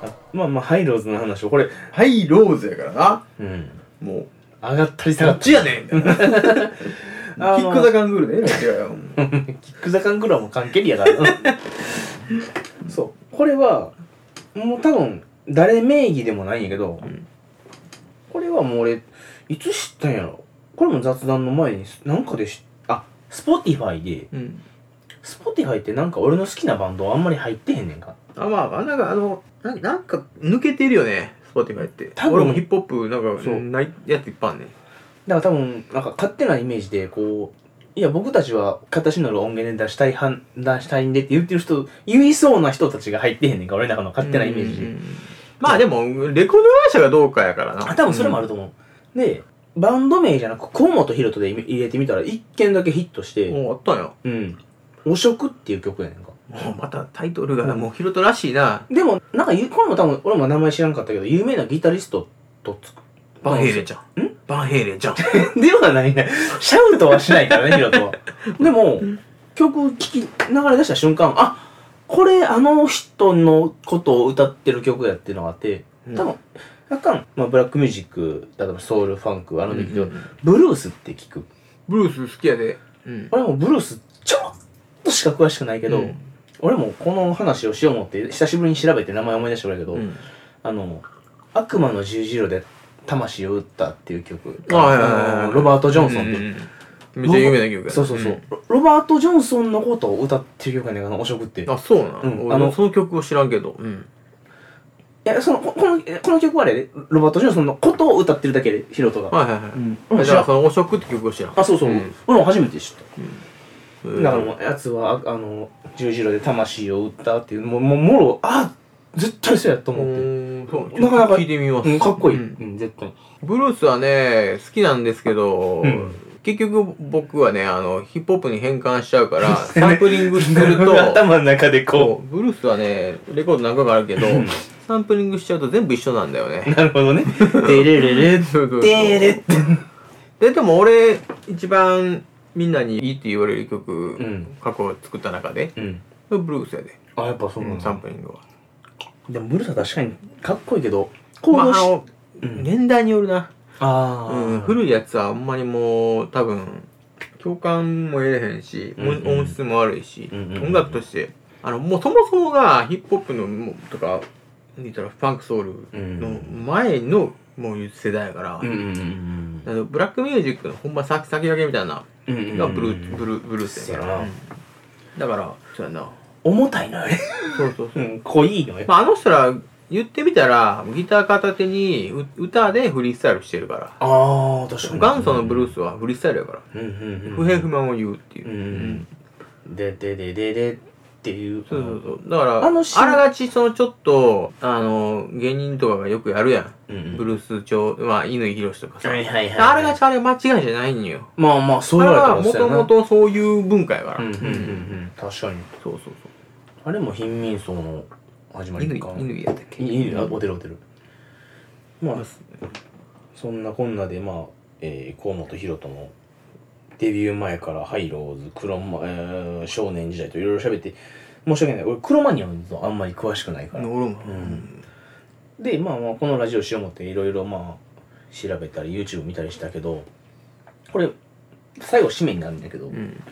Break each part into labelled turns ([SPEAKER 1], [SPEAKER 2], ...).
[SPEAKER 1] あまあまあハイローズの話をこれ、
[SPEAKER 2] はい、ローズやからな。
[SPEAKER 1] うん、
[SPEAKER 2] もう、
[SPEAKER 1] 上がったり下
[SPEAKER 2] こ
[SPEAKER 1] が
[SPEAKER 2] っ
[SPEAKER 1] っ
[SPEAKER 2] ちや ねんみたいな
[SPEAKER 1] あの
[SPEAKER 2] キック・ザ・ガングールね。違うよ。
[SPEAKER 1] たりキック・ザ・カンクラはもう関係りやから そうこれはもう多分誰名義でもないんやけど、
[SPEAKER 2] ん
[SPEAKER 1] これはもう俺いつ知ったんやろこれも雑談の前になんかで知っあスポティファイで
[SPEAKER 2] うん。
[SPEAKER 1] スポティファイってなんか俺の好きなバンドあんまり入ってへんねんか
[SPEAKER 2] あ、まあ、なんかあの、ななんか抜けてるよね、スポティファイって。
[SPEAKER 1] 多分
[SPEAKER 2] 俺もヒップホップ、なんか、
[SPEAKER 1] そう
[SPEAKER 2] ないやついっぱいあんねん。
[SPEAKER 1] だから多分なんか勝手なイメージでこういや僕たちは形のある音源で出したいはん出したいんでって言ってる人言いそうな人たちが入ってへんねんか俺の中の勝手なイメージで、
[SPEAKER 2] うんまあでも、レコード会社がどうかやからな。
[SPEAKER 1] あ多分それもあ
[SPEAKER 2] る。
[SPEAKER 1] ると思う、でバンド名じゃなく河本大翔で入れてみたら1件だけヒットして
[SPEAKER 2] もうあったん
[SPEAKER 1] 「
[SPEAKER 2] や。
[SPEAKER 1] うん、お食」っていう曲やねんか
[SPEAKER 2] もうまたタイトルが、もうヒロトらしいな。
[SPEAKER 1] でもなんかゆこれも多分俺も名前知らんかったけど有名なギタリストとつく
[SPEAKER 2] バンヘイレンじゃん。んバンヘイレンじゃん。
[SPEAKER 1] ではないね。シャウトはしない からね、ヒロトは。でも、曲聴き、流れ出した瞬間、あこれあの人のことを歌ってる曲やっていうのがあって、 多分、若干、まあ、ブラックミュージック、例えばソウル、ファンク、あ
[SPEAKER 2] う
[SPEAKER 1] の
[SPEAKER 2] ん
[SPEAKER 1] 時と、ブルースって聞く。
[SPEAKER 2] ブルース好きやで。うん。
[SPEAKER 1] 俺もブルース、ちょっとしか詳しくないけど、
[SPEAKER 2] うん
[SPEAKER 1] 俺もこの話をしよう思って、久しぶりに調べて名前思い出してくれたけど、
[SPEAKER 2] うん
[SPEAKER 1] あの、悪魔の十字路で魂を打ったっていう曲。
[SPEAKER 2] あはいはいはいはい
[SPEAKER 1] あのロバート・ジョンソンっていう
[SPEAKER 2] うんうんうんめっちゃ有名な曲や
[SPEAKER 1] そうそうそう、ロロバート・ジョンソンのことを歌ってる曲やねんかなお食ってい
[SPEAKER 2] んあそうな
[SPEAKER 1] うん
[SPEAKER 2] ん
[SPEAKER 1] あ
[SPEAKER 2] あ
[SPEAKER 1] の
[SPEAKER 2] のその曲を知らんけどうん
[SPEAKER 1] やそのここのこの曲はあれやでロバート・ジョンソンのことを歌ってるだけでヒロトが、
[SPEAKER 2] はいはいは
[SPEAKER 1] うん
[SPEAKER 2] い
[SPEAKER 1] 知
[SPEAKER 2] じゃ
[SPEAKER 1] ら
[SPEAKER 2] あ
[SPEAKER 1] ん
[SPEAKER 2] その「お食」って曲を知らん
[SPEAKER 1] あそうそう、
[SPEAKER 2] うん
[SPEAKER 1] 俺も初めて知った、
[SPEAKER 2] うん
[SPEAKER 1] だからもうやつはああの十字路で魂を打ったっていうもうもうもろあ絶対そうやと
[SPEAKER 2] う
[SPEAKER 1] 思って、うん
[SPEAKER 2] ーんそう
[SPEAKER 1] なかなか
[SPEAKER 2] 聞いてみます
[SPEAKER 1] かっこいい、
[SPEAKER 2] う
[SPEAKER 1] うん
[SPEAKER 2] ん
[SPEAKER 1] 絶対
[SPEAKER 2] ブルースはね好きなんですけど
[SPEAKER 1] うん
[SPEAKER 2] 結局僕はねあのヒップホップに変換しちゃうから サンプリングすると
[SPEAKER 1] 頭の中でこ
[SPEAKER 2] そうブルースはねレコード何回かあるけどサンプリングしちゃうと全部一緒なんだよね
[SPEAKER 1] うなるほど ね「デレレレ
[SPEAKER 2] そうそうそう
[SPEAKER 1] デレレ」って
[SPEAKER 2] ででも俺一番みんなにいいって言われる曲、
[SPEAKER 1] うん
[SPEAKER 2] 過去作った中で
[SPEAKER 1] うん
[SPEAKER 2] ブルースやで、
[SPEAKER 1] あやっぱそうなん
[SPEAKER 2] サ
[SPEAKER 1] だ
[SPEAKER 2] ン、プリングは
[SPEAKER 1] でもブルースは確かにかっこいいけどこ
[SPEAKER 2] まあ
[SPEAKER 1] う
[SPEAKER 2] あ
[SPEAKER 1] し
[SPEAKER 2] の、
[SPEAKER 1] うん
[SPEAKER 2] 年代によるな、
[SPEAKER 1] ああ、
[SPEAKER 2] うん、古いやつはあんまりもう多分共感も得れへんし、
[SPEAKER 1] うんうん
[SPEAKER 2] 音質も悪いし、
[SPEAKER 1] うんうんうん
[SPEAKER 2] 音楽としてあのもうそもそもがヒップホップのもうとか言ったらファンクソウルの前のもう世代やから、
[SPEAKER 1] うんうん
[SPEAKER 2] あのブラックミュージックのほんま先先駆けみたいな
[SPEAKER 1] うんうん
[SPEAKER 2] がブルーブルーブルースやか
[SPEAKER 1] そう
[SPEAKER 2] ら
[SPEAKER 1] やな
[SPEAKER 2] だからそうやな
[SPEAKER 1] 重たいのよね
[SPEAKER 2] そうそうそう、
[SPEAKER 1] ん濃いのよ
[SPEAKER 2] まあ、あの人ら言ってみたらギター片手にう歌でフリースタイルしてるから
[SPEAKER 1] ああ確かに
[SPEAKER 2] 元祖のブルースはフリースタイルやから
[SPEAKER 1] うんうんうん
[SPEAKER 2] 不平不満を言うっていう、
[SPEAKER 1] うんうんでででででっていう
[SPEAKER 2] そうそうそうだから
[SPEAKER 1] あ
[SPEAKER 2] あ
[SPEAKER 1] のし
[SPEAKER 2] らがちそのちょっとあの芸人とかがよくやるやん、
[SPEAKER 1] うんうん
[SPEAKER 2] ブルース調まあ乾宏とかさ、
[SPEAKER 1] はいはいはい
[SPEAKER 2] あれがちあれ間違いじゃないんよ
[SPEAKER 1] まあまあそう
[SPEAKER 2] あ
[SPEAKER 1] 言
[SPEAKER 2] れ
[SPEAKER 1] われたら
[SPEAKER 2] は
[SPEAKER 1] そ
[SPEAKER 2] も
[SPEAKER 1] うや
[SPEAKER 2] と
[SPEAKER 1] な
[SPEAKER 2] もとそういう文化やから、
[SPEAKER 1] うんうんうんう
[SPEAKER 2] うん
[SPEAKER 1] ん確かに
[SPEAKER 2] そうそうそう
[SPEAKER 1] あれも貧民層の始まり
[SPEAKER 2] 乾
[SPEAKER 1] か
[SPEAKER 2] 乾やったっけ
[SPEAKER 1] いいよおてるおてるまあ
[SPEAKER 2] うん
[SPEAKER 1] そんなこんなでまあ、えー、河本大翔のデビュー前からハイローズ黒マ、えー少年時代といろいろ喋って申し訳ない俺クロマニアンのあんまり詳しくないから、
[SPEAKER 2] 俺も、
[SPEAKER 1] んでまあまあこのラジオしよう思っていろいろまあ調べたり YouTube 見たりしたけどこれ最後締めになるんだけど、
[SPEAKER 2] うん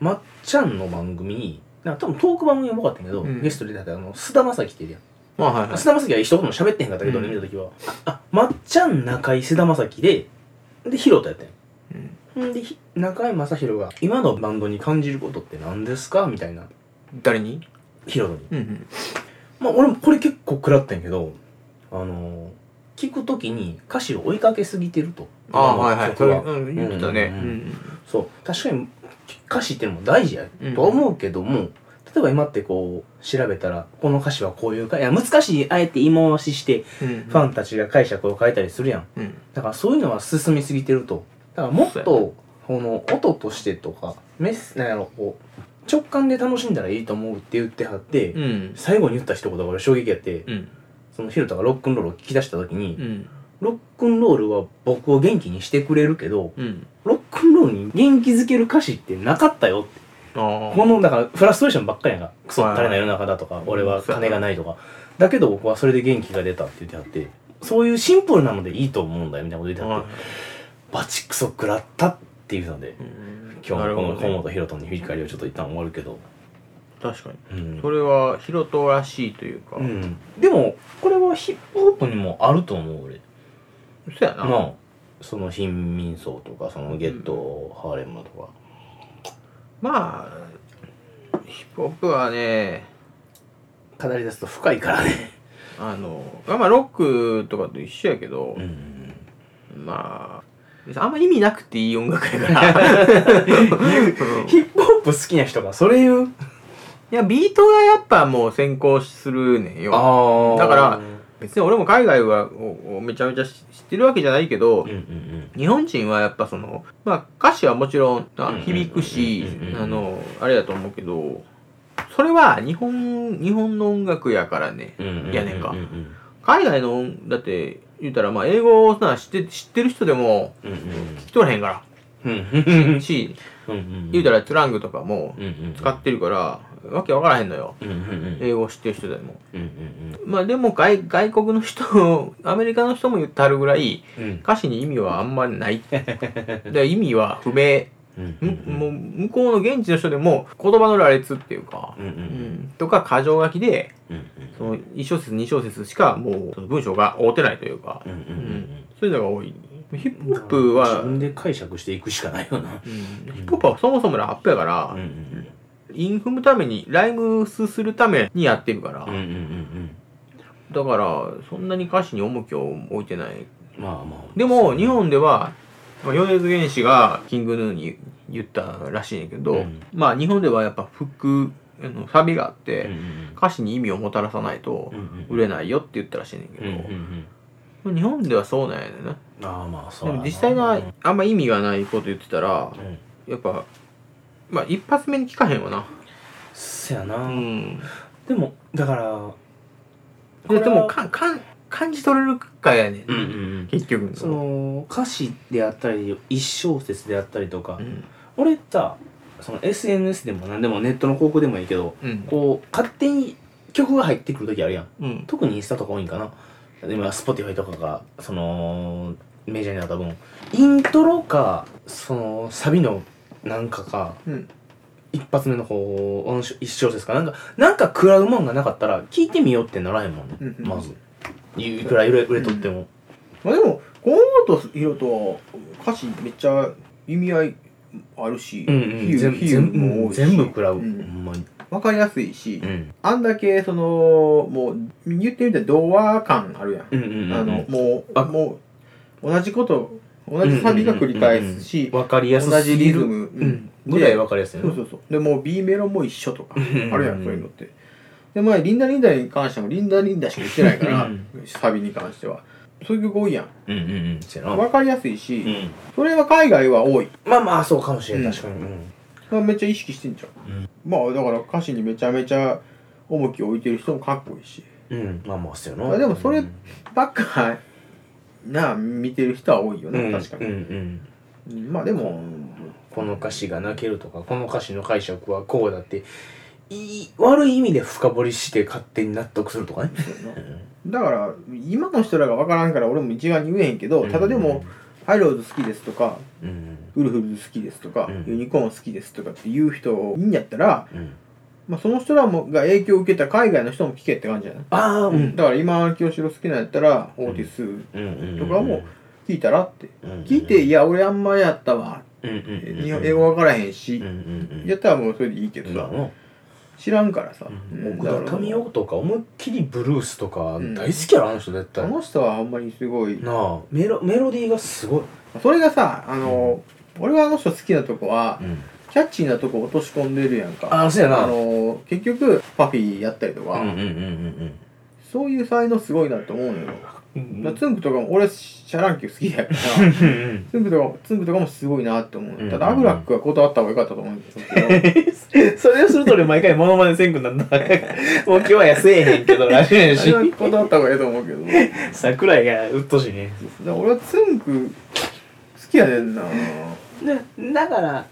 [SPEAKER 1] まっちゃんの番組になんか多分トーク番組も多かったんやけど、
[SPEAKER 2] うん
[SPEAKER 1] ゲストで出たあの菅田将暉っているやん
[SPEAKER 2] まあはいはい
[SPEAKER 1] 菅田将暉は一言も喋ってへんかったけど、
[SPEAKER 2] うん
[SPEAKER 1] 見た時はああまっちゃん中居菅田将暉ででヒロトやったんや
[SPEAKER 2] うん
[SPEAKER 1] んでひ中居正広が「今のバンドに感じることって何ですか?」みたいな
[SPEAKER 2] 誰に
[SPEAKER 1] ヒロトに
[SPEAKER 2] うんうん
[SPEAKER 1] まあ俺もこれ結構食らったんやけどあのー聞く時に歌詞を追いかけすぎてると
[SPEAKER 2] ああはいはいそ
[SPEAKER 1] 曲
[SPEAKER 2] れ
[SPEAKER 1] は
[SPEAKER 2] うん言ってた
[SPEAKER 1] う
[SPEAKER 2] ねうんん
[SPEAKER 1] うんそう確かに歌詞ってのも大事や
[SPEAKER 2] うん
[SPEAKER 1] とは思うけども、例えば今ってこう調べたらこの歌詞はこういうかいや難しいあえて言い回しして
[SPEAKER 2] うん
[SPEAKER 1] ファンたちが解釈を変えたりするやん
[SPEAKER 2] うん
[SPEAKER 1] だからそういうのは進みすぎてるとだからもっ
[SPEAKER 2] そう
[SPEAKER 1] とこの音としてとかメスなんやろこう直感で楽しんだらいいと思うって言ってはって、
[SPEAKER 2] うん
[SPEAKER 1] 最後に言った一言が俺衝撃やって、
[SPEAKER 2] うん
[SPEAKER 1] そのヒロタがロックンロールを聞き出した時に、
[SPEAKER 2] うん
[SPEAKER 1] ロックンロールは僕を元気にしてくれるけど
[SPEAKER 2] うん
[SPEAKER 1] ロックンロールに元気づける歌詞ってなかったよってこ
[SPEAKER 2] あ
[SPEAKER 1] のだからフラストレーションばっかりやんかクソ
[SPEAKER 2] はい
[SPEAKER 1] 足りない世の中だとか俺は金がないとかだけど僕はそれで元気が出たって言ってはってそういうシンプルなのでいいと思うんだよみたいなこと言って
[SPEAKER 2] あ。
[SPEAKER 1] はっ
[SPEAKER 2] は
[SPEAKER 1] てバチクソ食らったっていうので
[SPEAKER 2] いうん
[SPEAKER 1] 今日
[SPEAKER 2] な
[SPEAKER 1] の
[SPEAKER 2] る
[SPEAKER 1] こ
[SPEAKER 2] ほど
[SPEAKER 1] の
[SPEAKER 2] ね
[SPEAKER 1] 河本ヒロトに振り返りをちょっと一旦終わるけど、
[SPEAKER 2] 確かに。
[SPEAKER 1] うん
[SPEAKER 2] それは、ヒロトらしいというか。
[SPEAKER 1] うん、でもこれはヒップホップにもあると思う俺
[SPEAKER 2] そうやな。
[SPEAKER 1] まあその貧民層とかそのゲット、ハーレムとか
[SPEAKER 2] まあ、ヒップホップはね、
[SPEAKER 1] 語り出すと深いからね
[SPEAKER 2] あの、まあ、ロックとかと一緒やけど、
[SPEAKER 1] ん
[SPEAKER 2] まあ、あんま意味なくていい音楽 やから。うん
[SPEAKER 1] ヒップホップ好きな人がそれ言う
[SPEAKER 2] いや、ビートがやっぱもう先行するねんよ。
[SPEAKER 1] あ
[SPEAKER 2] だから別に俺も海外はおおめちゃめちゃ知ってるわけじゃないけど
[SPEAKER 1] うん、うんうん
[SPEAKER 2] 日本人はやっぱその、まあ歌詞はもちろんあ
[SPEAKER 1] うんうんうん
[SPEAKER 2] 響くし
[SPEAKER 1] うんうんう、ん
[SPEAKER 2] あの、あれやと思うけど、それは日本、日本の音楽やからね。
[SPEAKER 1] うんうんうん
[SPEAKER 2] やねんか
[SPEAKER 1] うんうん
[SPEAKER 2] 海外の音、だって言うたらまあ英語をな知って、知ってる人でも
[SPEAKER 1] うん
[SPEAKER 2] 聞き取れへんか
[SPEAKER 1] うんうん
[SPEAKER 2] ら。し、
[SPEAKER 1] うんうん
[SPEAKER 2] 言うたらトラングとかも
[SPEAKER 1] うんうん
[SPEAKER 2] 使ってるから、わけわからへんのよ。
[SPEAKER 1] うんうんうん
[SPEAKER 2] 英語知ってる人でも。
[SPEAKER 1] うんうん
[SPEAKER 2] まあでも外外国の人、アメリカの人も言ってあるぐらい、
[SPEAKER 1] うん
[SPEAKER 2] 歌詞に意味はあんまりない。で意味は不明。
[SPEAKER 1] うん
[SPEAKER 2] むもう向こうの現地の人でも言葉の羅列っていうか、
[SPEAKER 1] うんうん
[SPEAKER 2] うんとか箇条書きで、
[SPEAKER 1] うんうん
[SPEAKER 2] その1小節2小節しかもう文章が合うてないというか、
[SPEAKER 1] うんうん
[SPEAKER 2] う
[SPEAKER 1] うんん
[SPEAKER 2] そういうのが多い。ヒッ
[SPEAKER 1] う
[SPEAKER 2] プ
[SPEAKER 1] ん
[SPEAKER 2] ホップは、
[SPEAKER 1] 自分で解釈していくしかないよな
[SPEAKER 2] うんヒップホップはそもそもラップやから、
[SPEAKER 1] うんうん
[SPEAKER 2] インフむために、ライムスするためにやってるから、
[SPEAKER 1] うんうんうん
[SPEAKER 2] だからそんなに歌詞に重きを置いてない
[SPEAKER 1] うんまあまあ
[SPEAKER 2] でも日本ではまあ米津玄師がキングヌーに言ったらしいんやけど、
[SPEAKER 1] うん
[SPEAKER 2] まあ日本ではやっぱフックあのサビがあっ
[SPEAKER 1] うんう
[SPEAKER 2] て
[SPEAKER 1] ん
[SPEAKER 2] 歌詞に意味をもたらさないと
[SPEAKER 1] うんうん
[SPEAKER 2] 売れないよって言ったらしいねん
[SPEAKER 1] う
[SPEAKER 2] け
[SPEAKER 1] んうんう
[SPEAKER 2] ど、
[SPEAKER 1] ん
[SPEAKER 2] 日本ではそうなんやねんな
[SPEAKER 1] ああまあそ
[SPEAKER 2] で
[SPEAKER 1] うだ
[SPEAKER 2] も
[SPEAKER 1] な
[SPEAKER 2] 実際はあんま意味がないこと言ってたら
[SPEAKER 1] うん
[SPEAKER 2] やっぱまあ一発目に聞かへんわな
[SPEAKER 1] そや
[SPEAKER 2] う
[SPEAKER 1] なんでもだから
[SPEAKER 2] ででも
[SPEAKER 1] こ
[SPEAKER 2] かんかん感じ取れるかやねん、
[SPEAKER 1] れはうんうんうん
[SPEAKER 2] 結局の
[SPEAKER 1] その歌詞であったり一小節であったりとか、
[SPEAKER 2] うん
[SPEAKER 1] 俺さその SNS でも何でもネットの広告でもいいけど
[SPEAKER 2] うん
[SPEAKER 1] こう勝手に曲が入ってくる時あるやん
[SPEAKER 2] うん
[SPEAKER 1] 特にインスタとか多いんかな今 Spotify とかがそのメジャーになった分イントロかそのサビのなんかか
[SPEAKER 2] うん
[SPEAKER 1] 一発目のこう音一小節かなんかなんか食らうもんがなかったら聞いてみようってならへんもんね、
[SPEAKER 2] うんうん
[SPEAKER 1] まずいくら売れ売れとっても、
[SPEAKER 2] まあでも河本ヒロと歌詞めっちゃ意味合いあるし、
[SPEAKER 1] うんうん、全部全部全部食らう、
[SPEAKER 2] うん
[SPEAKER 1] ほんまに、
[SPEAKER 2] 分かりやすいし、
[SPEAKER 1] うん、
[SPEAKER 2] あんだけそのもう言ってみたら童話感あるやん、
[SPEAKER 1] うんうんうんうん
[SPEAKER 2] あのもう
[SPEAKER 1] あ
[SPEAKER 2] もう同じこと同じサビが繰り返すし、
[SPEAKER 1] わかりやす
[SPEAKER 2] 同
[SPEAKER 1] す
[SPEAKER 2] じ
[SPEAKER 1] ぎ
[SPEAKER 2] リ
[SPEAKER 1] る
[SPEAKER 2] ズム、う
[SPEAKER 1] うんん、ぐらいわかりやすい
[SPEAKER 2] そう
[SPEAKER 1] よね
[SPEAKER 2] そうそうでもう B メロも一緒とか
[SPEAKER 1] うんうんうん
[SPEAKER 2] あるやんそういうのってでまあリンダリンダに関してもリンダリンダしか言ってないから
[SPEAKER 1] うん
[SPEAKER 2] サビに関してはそういう曲多いやん
[SPEAKER 1] うんうんうんそうやな
[SPEAKER 2] 分かりやすいし、
[SPEAKER 1] うん
[SPEAKER 2] それは海外は多い
[SPEAKER 1] まあまあそうかもしれ
[SPEAKER 2] う
[SPEAKER 1] なんい確かにうん
[SPEAKER 2] まあめっちゃ意識してんじゃん、
[SPEAKER 1] うん
[SPEAKER 2] まあだから歌詞にめちゃめちゃ重きを置いてる人もかっこいいし
[SPEAKER 1] うんまあまあそうや
[SPEAKER 2] あ
[SPEAKER 1] な
[SPEAKER 2] でもそれ
[SPEAKER 1] うん
[SPEAKER 2] ばっかなあ見てる人は多いよ
[SPEAKER 1] う
[SPEAKER 2] ね、
[SPEAKER 1] ん
[SPEAKER 2] 確か
[SPEAKER 1] う
[SPEAKER 2] に、
[SPEAKER 1] んうん
[SPEAKER 2] まあでも
[SPEAKER 1] この歌詞が泣けるとかこの歌詞の解釈はこうだっていい悪い意味で深掘りして勝手に納得するとかね
[SPEAKER 2] だから今の人らが分からんから俺も一概に言えへんけど、ただでも「ハイローズ好きです」とか
[SPEAKER 1] うん
[SPEAKER 2] 「ウルフルズ好きです」とか、
[SPEAKER 1] うん
[SPEAKER 2] ユニコーン好きです」とかっていう人いいんやったら、
[SPEAKER 1] うん
[SPEAKER 2] まあ、その人らもが影響を受けた海外の人も聞けって感じやな、
[SPEAKER 1] ああう
[SPEAKER 2] うんん、だから今清志郎好きなんやったらオーティスとかも聞いたらって聞いて「いや俺あんまやったわ」日本英語わからへんし
[SPEAKER 1] うんうん
[SPEAKER 2] やったらもうそれでいいけ
[SPEAKER 1] う
[SPEAKER 2] ど
[SPEAKER 1] ん
[SPEAKER 2] さ知らんからさうん
[SPEAKER 1] 奥田民生とか思いっきりブルースとか
[SPEAKER 2] ん
[SPEAKER 1] 大好きやろあの人絶
[SPEAKER 2] あ
[SPEAKER 1] 対な
[SPEAKER 2] の人はあんまりすごい
[SPEAKER 1] あメロメロディーがすごい
[SPEAKER 2] それがさあの俺はあの人好きなとこはキャッチーなとこ落とし込んでるやんか
[SPEAKER 1] ああそうやな
[SPEAKER 2] あの結局パフィーやったりと
[SPEAKER 1] うん
[SPEAKER 2] か
[SPEAKER 1] うんうん
[SPEAKER 2] そういう才能すごいなと思うのよ
[SPEAKER 1] うん
[SPEAKER 2] だからツンクとかも俺シャランキュー好きや から
[SPEAKER 1] うん
[SPEAKER 2] ツンクとかもツンクとかもすごいなって思う
[SPEAKER 1] うん
[SPEAKER 2] ただアグラックは断った方が良かったと思うんですけど
[SPEAKER 1] それをすると俺毎回モノマネせんくなんだもう今日はやせえへんけどらしいや
[SPEAKER 2] あ
[SPEAKER 1] し
[SPEAKER 2] れは断った方がいいと思うけど
[SPEAKER 1] 桜井がうっとうしいね
[SPEAKER 2] だから俺はツンク好きやねんな
[SPEAKER 1] だから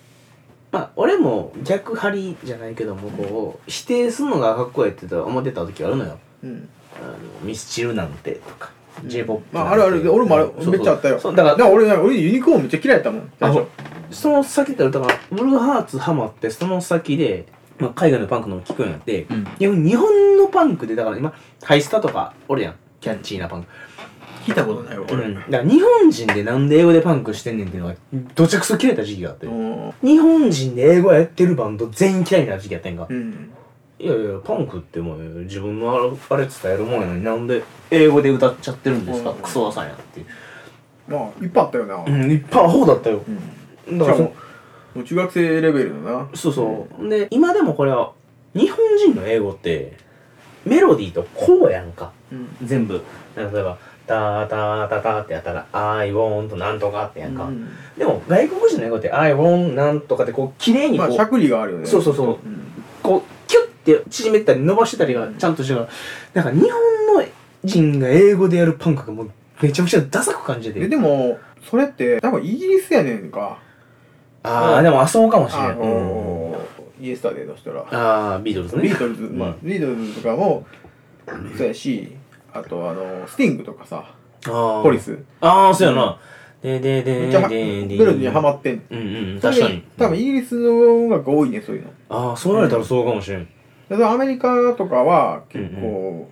[SPEAKER 1] まあ俺も逆張りじゃないけどもこう否定するのがかっこいいって思ってた時あるのよ
[SPEAKER 2] うん
[SPEAKER 1] あのミスチルなんてとか j p o p
[SPEAKER 2] まあ、あるある俺もあれ、めっちゃあったよ
[SPEAKER 1] そうだ
[SPEAKER 2] だ
[SPEAKER 1] か
[SPEAKER 2] から俺俺ユニコーンめっちゃ嫌いやったもん
[SPEAKER 1] ら
[SPEAKER 2] 最
[SPEAKER 1] あ
[SPEAKER 2] 初
[SPEAKER 1] その先だったらだからブルーハーツハマってその先で、まあ、海外のパンクのも聞くようになって、
[SPEAKER 2] うん
[SPEAKER 1] いや日本のパンクでだから今ハイスタとかおるやんキャッチーなパンク、
[SPEAKER 2] 聞いたことないわ俺
[SPEAKER 1] うん、だから日本人でなんで英語でパンクしてんねんっていうのがどちゃくそ嫌いだ時期があって、
[SPEAKER 2] うん
[SPEAKER 1] 日本人で英語やってるバンド全員嫌いになる時期やったんか、
[SPEAKER 2] うん
[SPEAKER 1] いやいやパンクってもう自分のあれあれ伝えるもんやのになんで英語で歌っちゃってるんですか、
[SPEAKER 2] うん
[SPEAKER 1] クソワさんやっていう
[SPEAKER 2] まあいっぱいあったよなう
[SPEAKER 1] うんんいっぱいアホだったよだ
[SPEAKER 2] し
[SPEAKER 1] から
[SPEAKER 2] か
[SPEAKER 1] そ
[SPEAKER 2] ももう中学生レベルのな
[SPEAKER 1] そうそう。で、今でもこれは、日本人の英語って、メロディーとこうやんか。
[SPEAKER 2] うん
[SPEAKER 1] 全部。なんか例えば、タータータタってやったら、I want なんとかってやんか。
[SPEAKER 2] うん
[SPEAKER 1] でも、外国人の英語って、I want なんとかって、こう、綺麗にこ
[SPEAKER 2] まあ
[SPEAKER 1] う、
[SPEAKER 2] しゃくりがあるよね
[SPEAKER 1] そうそうそう
[SPEAKER 2] うん
[SPEAKER 1] こう、キュッて縮めたり伸ばしてたりがちゃんとしてるから、なんか日本の人が英語でやるパンクがもう、めちゃくちゃダサく感じ
[SPEAKER 2] で
[SPEAKER 1] て。
[SPEAKER 2] でもそれって多分イギリスやねんか
[SPEAKER 1] ああ、でも、あそうかもしれ
[SPEAKER 2] あ
[SPEAKER 1] ない。うん
[SPEAKER 2] のイエスタデーとしたら
[SPEAKER 1] ああ、ビートルズね。
[SPEAKER 2] ビートルズ、
[SPEAKER 1] うん
[SPEAKER 2] まあ、ビートルズとかもそうやしあとあのスティングとかさ
[SPEAKER 1] ああ。
[SPEAKER 2] ポリス
[SPEAKER 1] ああ、そうやな。で、で、で、
[SPEAKER 2] め
[SPEAKER 1] で
[SPEAKER 2] っちゃ、は
[SPEAKER 1] で、で。
[SPEAKER 2] メロディーにハマってん
[SPEAKER 1] うんうん、
[SPEAKER 2] それ
[SPEAKER 1] 確かに。
[SPEAKER 2] 多分イギリスの音楽多いねそういうの
[SPEAKER 1] ああ、そうなれたらそうかもしれん。
[SPEAKER 2] だからアメリカとかは結
[SPEAKER 1] う
[SPEAKER 2] 構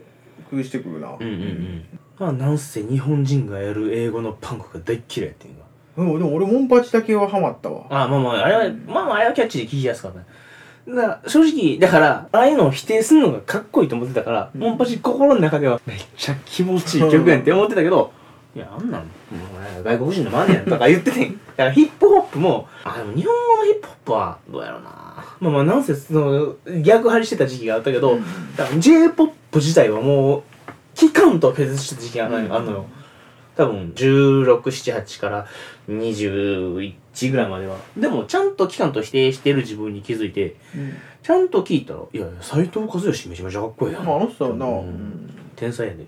[SPEAKER 2] 工夫してくるな
[SPEAKER 1] うんうんうん。まあ、なんせ日本人がやる英語のパンクが大っ嫌いっていうのが。
[SPEAKER 2] でもでも俺モンパチだけはハマったわ
[SPEAKER 1] ああ、まあまあ、あれは、まあまあ、あれはキャッチで聞きやすかったね。だから、正直、だから、ああいうのを否定するのがかっこいいと思ってたから、
[SPEAKER 2] うん
[SPEAKER 1] もうパチ心の中では、めっちゃ気持ちいい曲やんって思ってたけど、 いや、あんなん、お前外国人のマネやんとか言っててん。だからヒップホップも、あ、でも日本語のヒップホップは、どうやろうな。まあまあ、なんせ、その、逆張りしてた時期があったけど、
[SPEAKER 2] うん
[SPEAKER 1] だから J-POP 自体はもう、期間とは別してた時期があるのよ。あんのよ多分1678から21ぐらいまではでもちゃんと期間と否定してる自分に気づいて
[SPEAKER 2] うん
[SPEAKER 1] ちゃんと聞いたら「いやいや斎藤和義めちゃめちゃかっこいいやん」
[SPEAKER 2] まああの人はな
[SPEAKER 1] うん天才やでっ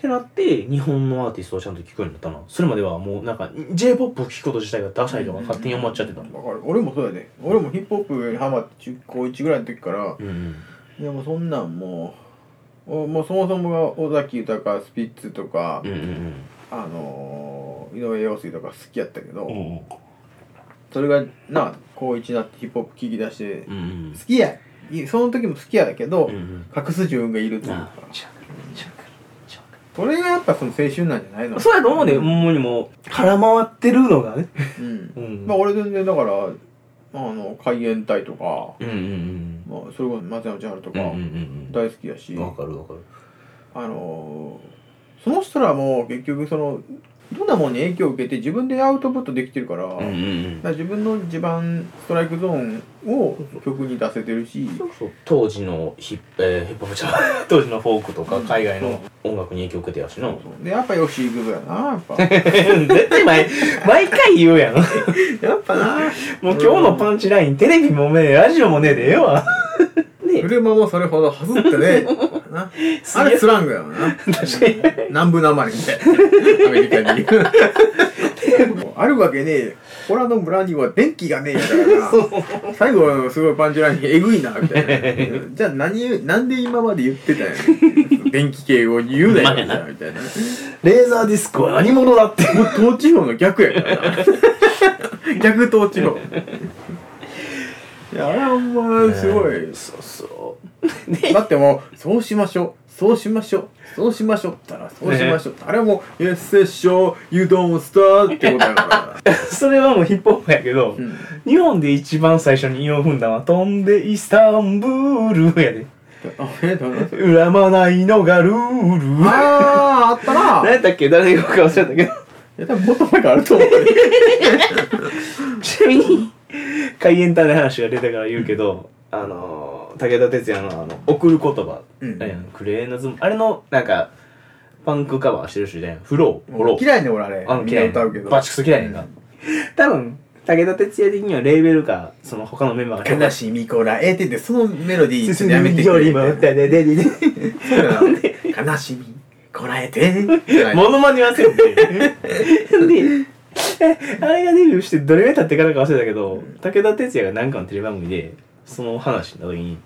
[SPEAKER 1] てなって日本のアーティストをちゃんと聞くようになったなそれまではもうなんか j p o p を聞くこと自体がダサいとか勝手に思っちゃってた
[SPEAKER 2] わかる俺もそうやで俺もヒップホップにハマって中高1ぐらいの時から
[SPEAKER 1] うんうん
[SPEAKER 2] いやもうそんなんもうおもうそもそもが尾崎豊スピッツとか、
[SPEAKER 1] うんうん
[SPEAKER 2] あのー井上陽水とか好きやったけど、
[SPEAKER 1] うんうん
[SPEAKER 2] それがな高1になってヒップホップ聴き出して
[SPEAKER 1] うんうん
[SPEAKER 2] 好きやいその時も好きやだけど、
[SPEAKER 1] うんうん
[SPEAKER 2] 隠す自分がいるという
[SPEAKER 1] あ
[SPEAKER 2] か
[SPEAKER 1] めちゃくちゃめちゃくちゃ
[SPEAKER 2] それがやっぱその青春なんじゃないの
[SPEAKER 1] そうやと思うね、ほんまにもう、腹回ってるのがね。
[SPEAKER 2] うん
[SPEAKER 1] うん
[SPEAKER 2] まあ俺全然だからあの海援隊とか、
[SPEAKER 1] うんうん
[SPEAKER 2] まあ、それこそ松山千春と
[SPEAKER 1] う
[SPEAKER 2] か
[SPEAKER 1] ん。うん
[SPEAKER 2] 大好きやし、
[SPEAKER 1] うん。わかるわかる。
[SPEAKER 2] あのーその人らも結局そのどんなもんに影響を受けて自分でアウトプットできてるから,、
[SPEAKER 1] うん
[SPEAKER 2] だ
[SPEAKER 1] うん
[SPEAKER 2] から自分の地盤ストライクゾーンを曲に出せてるし
[SPEAKER 1] うん。そう当時のヒップ、えー、ヒップホップじゃない 当時のフォークとか海外
[SPEAKER 2] う
[SPEAKER 1] の
[SPEAKER 2] ん
[SPEAKER 1] 音楽に影響受けてやしな。
[SPEAKER 2] でやっぱ吉幾三やなやっぱ
[SPEAKER 1] 絶対 毎、毎回言うやん。
[SPEAKER 2] やっぱな
[SPEAKER 1] もう今日のパンチライン、テレビもねえ、ラジオもねえでええわ。ね
[SPEAKER 2] 車もそれほどはずって ねなあれスラングやろな
[SPEAKER 1] 確かに。
[SPEAKER 2] 南部なまりみたいなアメリカに言うもうあるわけねえよコラの村には電気がねえんだからな最後はすごいパンチラインえぐいなみたいなじゃあ何なんで今まで言ってたんやねん電気系を言うなよみたいなみたいな
[SPEAKER 1] レーザーディスクは何者だって。
[SPEAKER 2] もう統治法の逆やか らな逆統治法いやあれはほんますごい、
[SPEAKER 1] そうそ
[SPEAKER 2] だってもうそうしましょうそうしましょうそうしましょうったらそうしましょう、あれはもう「Yes, sure, you don't start」ってことやか ら
[SPEAKER 1] う。それはもうヒップホップやけど、
[SPEAKER 2] うん
[SPEAKER 1] 日本で一番最初に韻を踏んだのは飛んでイスタンブールやで。
[SPEAKER 2] あえどうなんですか
[SPEAKER 1] 恨まないのがルール。
[SPEAKER 2] あーあったな
[SPEAKER 1] 何やったっけ誰が言うか忘れたけど。
[SPEAKER 2] いや多分もっと前からあると思うね
[SPEAKER 1] ちなみに、海援隊の話が出たから言うけど、あのー、武田鉄矢のあの、送る言葉、
[SPEAKER 2] うん
[SPEAKER 1] あれやんクレーナズム、あれの、なんか、パンクカバーしてる人じゃん。フロー、フロー。
[SPEAKER 2] 嫌いね俺あれ
[SPEAKER 1] あの、
[SPEAKER 2] みんな
[SPEAKER 1] 嫌い
[SPEAKER 2] 歌うけど
[SPEAKER 1] バチクソ嫌いねんか。多分、武田鉄矢的にはレーベルか、その他のメンバーが。
[SPEAKER 2] 悲しいミコラえーって言ってそのメロディーちょっ
[SPEAKER 1] 進
[SPEAKER 2] とやめて
[SPEAKER 1] む
[SPEAKER 2] く
[SPEAKER 1] よ
[SPEAKER 2] れ
[SPEAKER 1] りも歌で出て
[SPEAKER 2] そうだな悲しみこらえて
[SPEAKER 1] モノマネはせんで。で、あれがデビューしてどれぐらい経ってからか忘れたけど、武田鉄矢が何かのテレビ番組でその話の時に、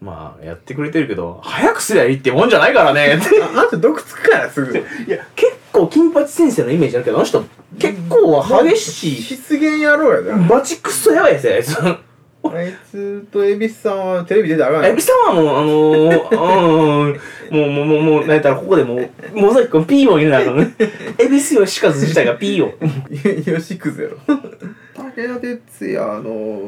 [SPEAKER 1] まあやってくれてるけど早くすりゃいいってもんじゃないからね って
[SPEAKER 2] あの人毒つくからすぐ
[SPEAKER 1] いや結構金八先生のイメージあるけどあの人結構は激しい
[SPEAKER 2] 失言野郎やな
[SPEAKER 1] バチクソやばいやつやあいつ
[SPEAKER 2] あいつと恵比寿さんはテレビ出てあがんな
[SPEAKER 1] エ
[SPEAKER 2] い
[SPEAKER 1] ビさんはもうあのー、うんもうもうもうもうなんやったらここでもうモザイクのピーを入れなあかんねエビスよしかず自体がピーを
[SPEAKER 2] よしくぜろ武田鉄矢の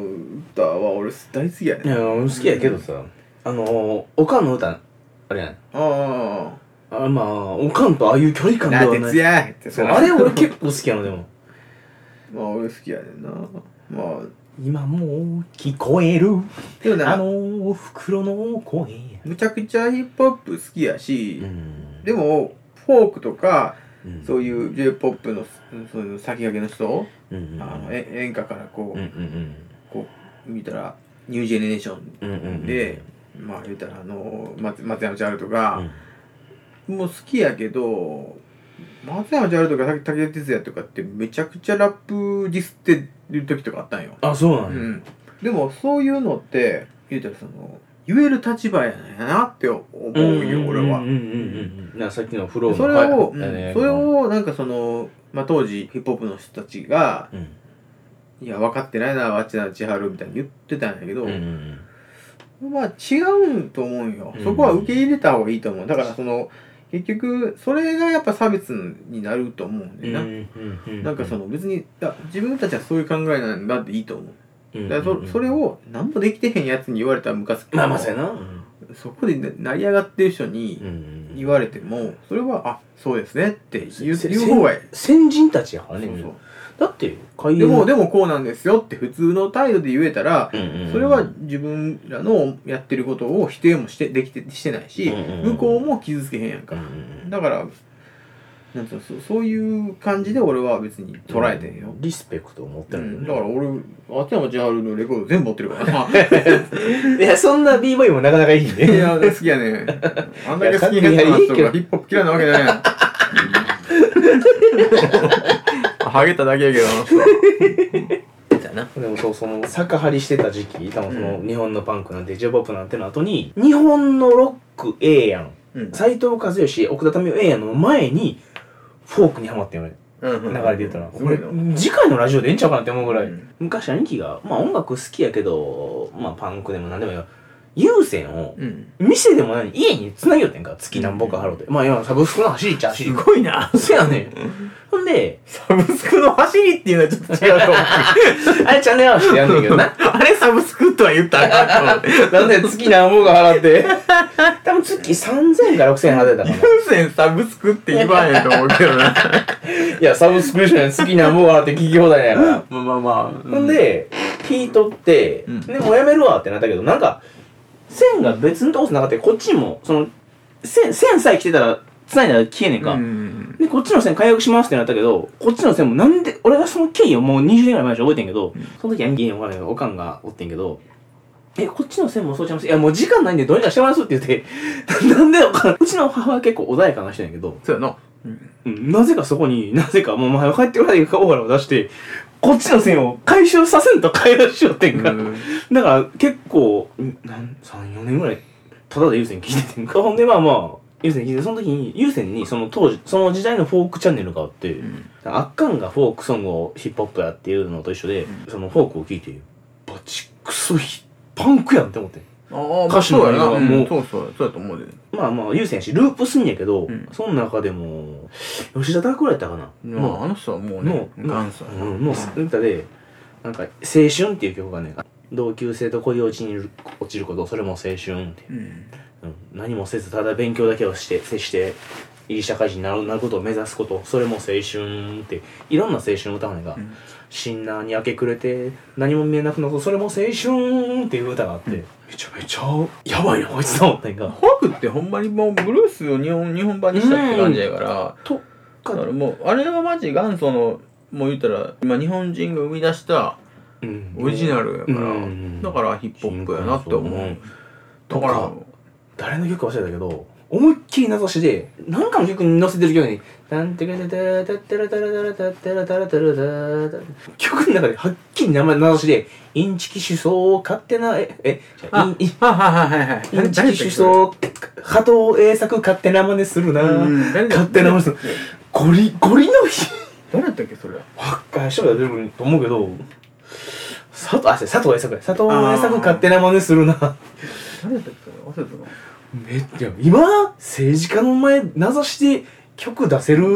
[SPEAKER 2] 歌は俺大好きや
[SPEAKER 1] い
[SPEAKER 2] ね
[SPEAKER 1] や俺好きやけどさ、あのー、おかんの歌あれやん
[SPEAKER 2] あ
[SPEAKER 1] あまあおかんとああいう距離
[SPEAKER 2] あ
[SPEAKER 1] 感で
[SPEAKER 2] な
[SPEAKER 1] は
[SPEAKER 2] 鉄
[SPEAKER 1] ない
[SPEAKER 2] 矢って
[SPEAKER 1] そうあれ俺結構好きやのでも
[SPEAKER 2] まあ俺好きやねんなまあ
[SPEAKER 1] 今もう聞こえる
[SPEAKER 2] でも
[SPEAKER 1] あ
[SPEAKER 2] な
[SPEAKER 1] のお袋の声
[SPEAKER 2] むちゃくちゃヒップホップ好きやし、
[SPEAKER 1] ん
[SPEAKER 2] でもフォークとか
[SPEAKER 1] うん
[SPEAKER 2] そういう j p o p のそういう先駆けの人、
[SPEAKER 1] うんうん
[SPEAKER 2] あのえ演歌からこう,、
[SPEAKER 1] うんうん
[SPEAKER 2] こう見たらニュージェネレーション
[SPEAKER 1] うんうんうんうん
[SPEAKER 2] で、まあ言うたらあの松松山千春と
[SPEAKER 1] う
[SPEAKER 2] か、
[SPEAKER 1] ん
[SPEAKER 2] もう好きやけど松山千春とか武田鉄矢とかってめちゃくちゃラップディスってる時とかあったんよ、
[SPEAKER 1] あそうな
[SPEAKER 2] うん
[SPEAKER 1] や
[SPEAKER 2] ん、でもそういうのって言うたらその言える立場やなんやなって思うよ
[SPEAKER 1] うんうんう
[SPEAKER 2] 俺は
[SPEAKER 1] んうんなさっきのフローの
[SPEAKER 2] それを、
[SPEAKER 1] は
[SPEAKER 2] う
[SPEAKER 1] い
[SPEAKER 2] ん
[SPEAKER 1] だね
[SPEAKER 2] それをなんかその、まあ、当時ヒップホップの人たちが
[SPEAKER 1] うん
[SPEAKER 2] 「いや分かってないなあっちな千春」みたいに言ってたんやけど、
[SPEAKER 1] うんうん
[SPEAKER 2] まあ違うんと思うよそこは受け入れた方がいいと思うだからその結局それがやっぱ差別になると思うん
[SPEAKER 1] う
[SPEAKER 2] で
[SPEAKER 1] ん
[SPEAKER 2] な、
[SPEAKER 1] うんうん
[SPEAKER 2] なんかその別にだ自分たちはそういう考えなんだっていいと思う
[SPEAKER 1] うんうんう
[SPEAKER 2] だ
[SPEAKER 1] ん
[SPEAKER 2] からそそれを何もできてへんやつに言われたらムカつくけど
[SPEAKER 1] まあまあそうやなうん
[SPEAKER 2] そこでな成り上がってる人
[SPEAKER 1] うんう
[SPEAKER 2] に
[SPEAKER 1] ん
[SPEAKER 2] 言われてもそれはあそうですねって言う
[SPEAKER 1] せ
[SPEAKER 2] 言う方がいい
[SPEAKER 1] 先人たちやからね
[SPEAKER 2] そうそう
[SPEAKER 1] だって海
[SPEAKER 2] でも、でもこうなんですよって普通の態度で言えたら、それは自分らのやってることを否定もして、できて、してない
[SPEAKER 1] う
[SPEAKER 2] し、
[SPEAKER 1] んうんうん
[SPEAKER 2] 向こうも傷つけへんやんか。だから、なんつうの、そうそういう感じで俺は別に捉えてんよ。
[SPEAKER 1] リスペクトを持って
[SPEAKER 2] う
[SPEAKER 1] る
[SPEAKER 2] ん
[SPEAKER 1] ん
[SPEAKER 2] だから俺、秋山千春のレコード全部持ってる からな。
[SPEAKER 1] いやそんな b ボーイもなかなかいい
[SPEAKER 2] い
[SPEAKER 1] ね
[SPEAKER 2] や、好きやねん。あんだけ好きなやつの人がヒップホップ嫌いなわけじゃない やん。ハゲただけやけど、あの人は。
[SPEAKER 1] でもそうその逆張りしてた時期多分その
[SPEAKER 2] う
[SPEAKER 1] 日本のパンクなんて j p o p なんての後に日本のロックええやん
[SPEAKER 2] うん
[SPEAKER 1] 斎藤和義奥田民生ええやんの前にフォークにハマってん俺
[SPEAKER 2] うんう
[SPEAKER 1] 流れ
[SPEAKER 2] ん
[SPEAKER 1] で言ったら、
[SPEAKER 2] すごいな
[SPEAKER 1] これ次回のラジオでええんちゃうかなって思うぐらい、
[SPEAKER 2] うん
[SPEAKER 1] 昔兄貴が、まあ、音楽好きやけど、まあ、パンクでも何でもいいわ有線を
[SPEAKER 2] うん。
[SPEAKER 1] 店でもない家に繋いよってんか月何本か払うて、まあ今サブスクの走りっちゃ走り
[SPEAKER 2] ごいな。
[SPEAKER 1] そうやねんほんで
[SPEAKER 2] サブスクの走りっていうのはちょっと違うと思う。
[SPEAKER 1] あれチャンネル合わせてやんねんけどな
[SPEAKER 2] あれサブスクとは言ったらあかんと思って。
[SPEAKER 1] なんで月何本か払って 多分月3000円か6000円払ってたか
[SPEAKER 2] 有線サブスクって言わへんと思うけどな。
[SPEAKER 1] ないやサブスクリプションや月何本か払って聞き放題やから
[SPEAKER 2] まあまあまあ。
[SPEAKER 1] ほん、で、聞いとって、
[SPEAKER 2] うん
[SPEAKER 1] でもうやめるわってなったけど、なんか、線が別のとこじゃなくて、こっちにも、その、線、線さえ来てたら、繋いだら消えねんか。
[SPEAKER 2] うん。
[SPEAKER 1] で、こっちの線解約しますってなったけど、こっちの線もなんで、俺がその経緯をもう20年ぐらい前で覚えてんけど、その時ヤンキーのおかんがおかんがおってんけど、え、こっちの線もそうちゃいます。いや、もう時間ないんでどうにかしてもらいますって 言って、なんでおかん、うちの母は結構穏やかな人やねんけど、
[SPEAKER 2] そうやな。
[SPEAKER 1] うんなぜかそこになぜかもう前は帰ってくださいオーラを出してこっちの線を回収させんと買い出しよってんか、
[SPEAKER 2] うん
[SPEAKER 1] だから結構34年ぐらいただで優先聞いててんかほん でまあまあ優先聞いてその時に優先にその当時その時代のフォークチャンネルがあって、あっかんがフォークソングをヒップホップやっていうのと一緒で、そのフォークを聞いてバチクソヒパンクやんって思ってん
[SPEAKER 2] ああ、
[SPEAKER 1] 歌手の
[SPEAKER 2] そうやな。
[SPEAKER 1] 内容は
[SPEAKER 2] う
[SPEAKER 1] もうん
[SPEAKER 2] そうそう、そうやと思うで。
[SPEAKER 1] まあまあ優先やしループすんやけど、
[SPEAKER 2] うん
[SPEAKER 1] その中でも吉田拓郎やったかな、
[SPEAKER 2] まあ、あの人はもうね
[SPEAKER 1] の、
[SPEAKER 2] 元祖やな。
[SPEAKER 1] うん、の歌でなんか「青春」っていう曲がね同級生と恋落ちにる落ちることそれも青春って、
[SPEAKER 2] うん。
[SPEAKER 1] うん、何もせずただ勉強だけをして接していい社会人になるなることを目指すことそれも青春っていろんな青春を歌うのが
[SPEAKER 2] うん
[SPEAKER 1] 「シンナーに明け暮れて何も見えなくなることそれも青春」っていう歌があって、めちゃめちゃやばいなこいつと思ったんか
[SPEAKER 2] フォークってほんまにもうブルースを日本日本版にしたって感じやから、
[SPEAKER 1] と
[SPEAKER 2] だか
[SPEAKER 1] から
[SPEAKER 2] もう、あれはマジ元祖の、もう言ったら、今日本人が生み出した
[SPEAKER 1] うん
[SPEAKER 2] オリジナルやから、
[SPEAKER 1] うん
[SPEAKER 2] だからヒップホップやなって思う。だから、
[SPEAKER 1] 誰の曲か忘れたけど思いっきり名指しで、なんかの曲に載せてる曲に、なんてかたたたたらたらたらたたらたらたらたら曲の中ではっきり名前名指しで、インチキ思想を勝手な、え、え、
[SPEAKER 3] あ、
[SPEAKER 1] イン、イン
[SPEAKER 3] はいはいはいはい。
[SPEAKER 1] インチキ思
[SPEAKER 3] う。
[SPEAKER 1] 想、加藤栄作勝手な真似するな
[SPEAKER 2] うん誰だ
[SPEAKER 1] 勝手な真似する。ゴリ、ゴリの日。
[SPEAKER 2] 誰やったっけそれ
[SPEAKER 1] ばっかりし出ると思うけど、佐藤、あ、違う佐藤栄作や。佐藤栄
[SPEAKER 2] あ
[SPEAKER 1] 作
[SPEAKER 2] ー
[SPEAKER 1] 勝手な真似するな。
[SPEAKER 2] 誰やったっけそれ忘れた
[SPEAKER 1] めっちゃ、今、政治家の前、名指して曲出せる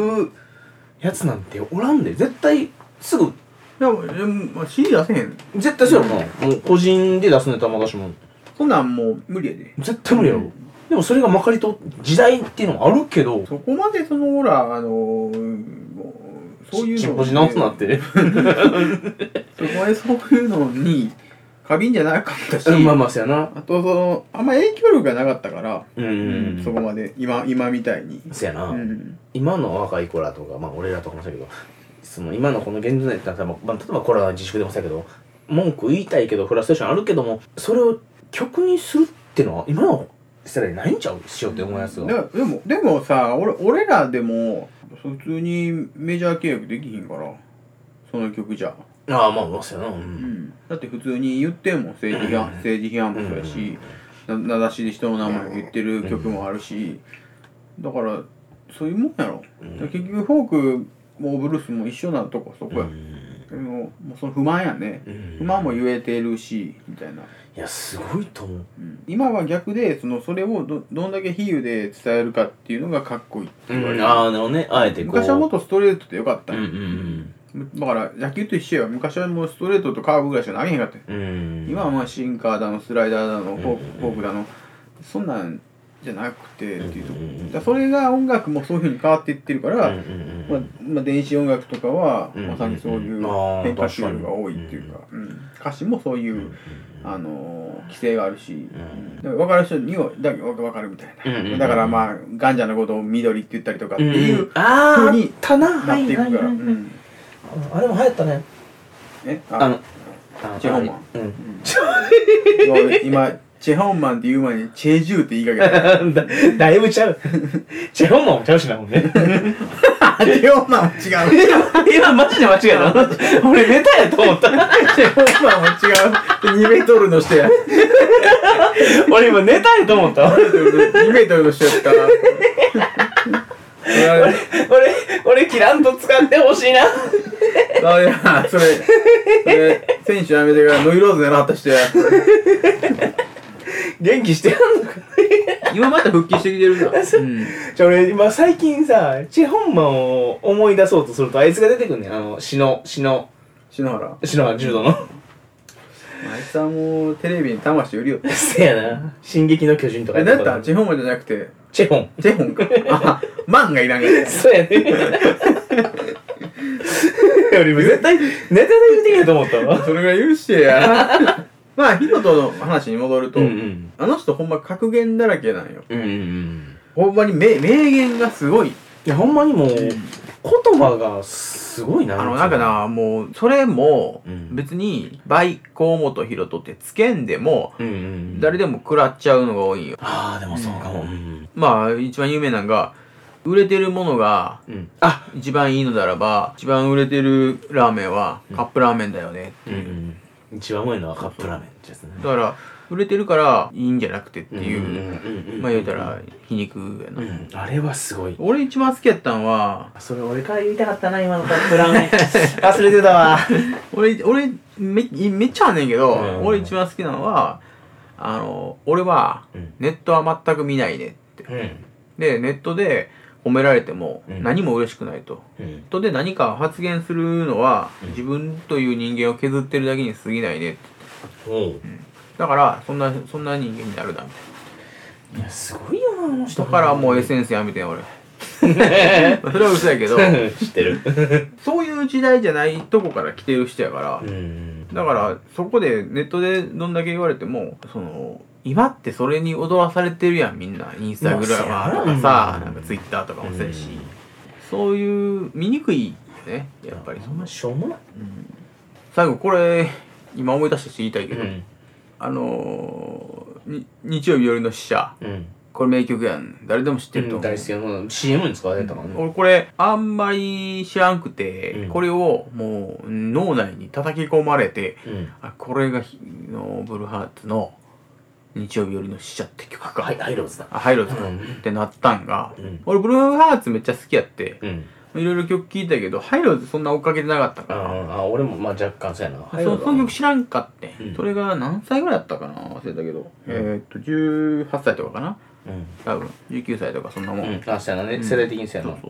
[SPEAKER 1] やつなんておらんで、絶対、すぐ、
[SPEAKER 2] なでもでもまあ CD 出せへん
[SPEAKER 1] 絶対そうやろな。もう個人で出すネタも出しもん。
[SPEAKER 2] そんなんもう無理やで
[SPEAKER 1] 絶対無理やろ。
[SPEAKER 2] うん
[SPEAKER 1] でもそれがまかりと時代っていうのもあるけど、
[SPEAKER 2] そこまでそのほらあのーもうそういう
[SPEAKER 1] ち
[SPEAKER 2] の
[SPEAKER 1] んぽちなんとなって。
[SPEAKER 2] そこまでそういうのに過敏じゃなかったし、
[SPEAKER 1] うんまあまあ、そうやな。
[SPEAKER 2] あとそのあんま影響力がなかったから、
[SPEAKER 1] うんうん
[SPEAKER 2] そこまで今今みたいに、
[SPEAKER 1] そうやな。
[SPEAKER 2] うん、
[SPEAKER 1] 今の若い子らとか、まあ俺らとかもそうやけど、その今のこの現状で、例えば、まあ、例えばコロナの自粛でもそうやけど、文句言いたいけど、フラストレーションあるけども、それを曲にするってのは、今の世代ないんちゃうしようって思うやつ
[SPEAKER 2] だ
[SPEAKER 1] が。
[SPEAKER 2] からでもでもさ俺俺らでも普通にメジャー契約できひんからその曲じゃ、
[SPEAKER 1] ああ、まあ、まあ、そうやな。う。
[SPEAKER 2] うんん、だって普通に言ってんもん政治批判政治批判もそうやし、な名指しで人の名前を言ってる曲もあるし、だからそういうもんやろ、
[SPEAKER 1] うん
[SPEAKER 2] だから結局フォークもブルースも一緒なとこそこや、でももうその不満やね、
[SPEAKER 1] うん
[SPEAKER 2] 不満も言えてるしみたいな、
[SPEAKER 1] いや、すごいと思う。
[SPEAKER 2] うん今は逆でそのそれをどどんだけ比喩で伝えるかっていうのがかっこいいって
[SPEAKER 1] う
[SPEAKER 2] 言われ
[SPEAKER 1] ん、
[SPEAKER 2] る
[SPEAKER 1] ああ、でもね、あえてこう。
[SPEAKER 2] 昔はもっとストレートでよかった
[SPEAKER 1] うんん
[SPEAKER 2] よ、
[SPEAKER 1] うん
[SPEAKER 2] だから野球と一緒や昔はもうストレートとカーブぐらいしか投げへんかったよ、
[SPEAKER 1] うん。うん。
[SPEAKER 2] 今はまあシンカーだのスライダーだのフォーク,、
[SPEAKER 1] うん
[SPEAKER 2] フォークだのそんなんじゃなくてっていうとこ、
[SPEAKER 1] うんうんうん
[SPEAKER 2] だからそれが音楽もそういうふうに変わっていってるか
[SPEAKER 1] う
[SPEAKER 2] ら、
[SPEAKER 1] んうん
[SPEAKER 2] まあまあ、電子音楽とかは
[SPEAKER 1] うん
[SPEAKER 2] まさにそういう
[SPEAKER 1] うんあー
[SPEAKER 2] 変化種類が多いっていうか、うん歌詞もそういう、あのー規制があるし、
[SPEAKER 1] ん
[SPEAKER 2] だから分かる人にはだけ分かるみたいな、
[SPEAKER 1] うんうん
[SPEAKER 2] だからまあガンジャのことを緑って言ったりとかって
[SPEAKER 1] うん。
[SPEAKER 2] いう、
[SPEAKER 1] んああ、
[SPEAKER 2] 風に
[SPEAKER 1] あったな。は
[SPEAKER 2] なって
[SPEAKER 1] い
[SPEAKER 2] いくか
[SPEAKER 1] は
[SPEAKER 2] ら、
[SPEAKER 1] いはい。
[SPEAKER 2] うん
[SPEAKER 1] あれも流行ったね。
[SPEAKER 2] え
[SPEAKER 1] あの、
[SPEAKER 2] チェホンマン
[SPEAKER 1] うん
[SPEAKER 2] 今今チェホンマンって言う前にチェジューって言いかけ た
[SPEAKER 1] だだいぶちゃう。チェホンマンもちゃうしな、もんね。
[SPEAKER 2] チェホンマンは違う
[SPEAKER 1] 今、マジで間違えた。俺、ネタやと思った。
[SPEAKER 2] チェホンマンは違う2メートルの人や
[SPEAKER 1] 俺、今、ネタやと思った。
[SPEAKER 2] 2メートルの人やったあれ
[SPEAKER 1] 俺、俺、キランと使ってほしいな。
[SPEAKER 2] あいやそれそれ選手辞めてからノイローズ狙った人や
[SPEAKER 1] 元気してやんのか。
[SPEAKER 2] 今また復帰してきてるな、うん、
[SPEAKER 1] じゃ俺、今、最近さ、チェホンマンを思い出そうとすると、あいつが出てくんねん。あの、死の、死の、
[SPEAKER 2] 篠原
[SPEAKER 1] 死の柔道の。
[SPEAKER 2] あいつはもうテレビに魂売りよった
[SPEAKER 1] せやな。進撃の巨人とか
[SPEAKER 2] え
[SPEAKER 1] や
[SPEAKER 2] だ
[SPEAKER 1] か
[SPEAKER 2] っ
[SPEAKER 1] ら
[SPEAKER 2] たチェホンマンじゃなくて
[SPEAKER 1] チェホン。
[SPEAKER 2] チェホンかあマンがいらんがや
[SPEAKER 1] そうや ね。俺、今絶対、ネタで言うてきやと思ったわ。
[SPEAKER 2] それぐらい許して やまあヒロトの話に戻ると、
[SPEAKER 1] ん。
[SPEAKER 2] あの人ほんま格言だらけなんよ
[SPEAKER 1] うんうんうん。
[SPEAKER 2] ほんまに名名言がすごい
[SPEAKER 1] いや、ほんまにもう、言葉がすごいな。
[SPEAKER 2] あのなんかなもうそれも
[SPEAKER 1] うん
[SPEAKER 2] 別に倍河本ヒロトってつけんでも
[SPEAKER 1] うんうんうん。
[SPEAKER 2] 誰でも食らっちゃうのが多いんよ
[SPEAKER 1] ああ、でもそうかも。うん。
[SPEAKER 2] まあ一番有名なのが売れてるものが
[SPEAKER 1] うん。あ
[SPEAKER 2] 一番いいのならば一番売れてるラーメンはカップラーメンだよねって
[SPEAKER 1] うん
[SPEAKER 2] いう、
[SPEAKER 1] うん。一番重いのはカップラーメンですね。
[SPEAKER 2] だから売れてるからいいんじゃなくてっていう、
[SPEAKER 1] う
[SPEAKER 2] まあ言うた。ら皮肉やな、
[SPEAKER 1] うん。あれはすごい。
[SPEAKER 2] 俺一番好きやったんは
[SPEAKER 1] それ俺から言いたかったな、今のカップラーメン。 忘れてたわ。
[SPEAKER 2] 俺俺めめっちゃあんねんけど、
[SPEAKER 1] うん
[SPEAKER 2] 俺一番好きなのはあの俺は
[SPEAKER 1] うん
[SPEAKER 2] ネットは全く見ないねって
[SPEAKER 1] うん。
[SPEAKER 2] でネットで褒められても
[SPEAKER 1] うん
[SPEAKER 2] 何も嬉しくないと、
[SPEAKER 1] うん
[SPEAKER 2] ネッ。トで何か発言するのは
[SPEAKER 1] うん
[SPEAKER 2] 自分という人間を削ってるだけに過ぎないねって
[SPEAKER 1] おう。
[SPEAKER 2] だからそんなそんな人間になるなみた
[SPEAKER 1] い
[SPEAKER 2] い
[SPEAKER 1] や、すごいよな、あの人。
[SPEAKER 2] なだからもう SNS やめて ん俺それは嘘やけど
[SPEAKER 1] 知ってる。
[SPEAKER 2] そういう時代じゃないとこから来てる人やから、
[SPEAKER 1] うん。
[SPEAKER 2] だからそこでネットでどんだけ言われてもその今ってそれに踊らされてるやんみんなインスタグラマーとか
[SPEAKER 1] まあそうや
[SPEAKER 2] さな
[SPEAKER 1] ろ
[SPEAKER 2] んかツイッターとかもそうやし、
[SPEAKER 1] うん
[SPEAKER 2] そういう醜いよねやっぱり
[SPEAKER 1] ほんましょうもない。
[SPEAKER 2] 最後これ今思い出して言いたいけ
[SPEAKER 1] う
[SPEAKER 2] ど、
[SPEAKER 1] ん。
[SPEAKER 2] あのーに日曜日夜の死者
[SPEAKER 1] うん。
[SPEAKER 2] これ名曲やん。誰でも知ってると
[SPEAKER 1] うん
[SPEAKER 2] 思う。
[SPEAKER 1] 大好きなうん CM に使われたからね
[SPEAKER 2] 俺これ、あんまり知らんくて、
[SPEAKER 1] うん
[SPEAKER 2] これをもう脳内に叩き込まれて、
[SPEAKER 1] うん
[SPEAKER 2] あこれがひのブルーハーツの日曜日よりの死者って曲か。
[SPEAKER 1] はいアイローズだ
[SPEAKER 2] あ、入ろうと
[SPEAKER 1] うん
[SPEAKER 2] ってなったんが、
[SPEAKER 1] うん
[SPEAKER 2] 俺ブルーハーツめっちゃ好きやって、
[SPEAKER 1] うん
[SPEAKER 2] いろいろ曲聴いたけど、ハイローズそんな追っかけてなかった
[SPEAKER 1] あ
[SPEAKER 2] から、
[SPEAKER 1] ああ俺もまあ若干そうやな
[SPEAKER 2] そその曲知らんかって、
[SPEAKER 1] うん
[SPEAKER 2] それが何歳ぐらいだったかな忘れたけど、えー、っと18歳とかかな
[SPEAKER 1] うん
[SPEAKER 2] 多分19歳とかそんなも
[SPEAKER 1] う
[SPEAKER 2] ん、
[SPEAKER 1] んあそうやなね世代的にそうや
[SPEAKER 2] そう
[SPEAKER 1] な
[SPEAKER 2] そ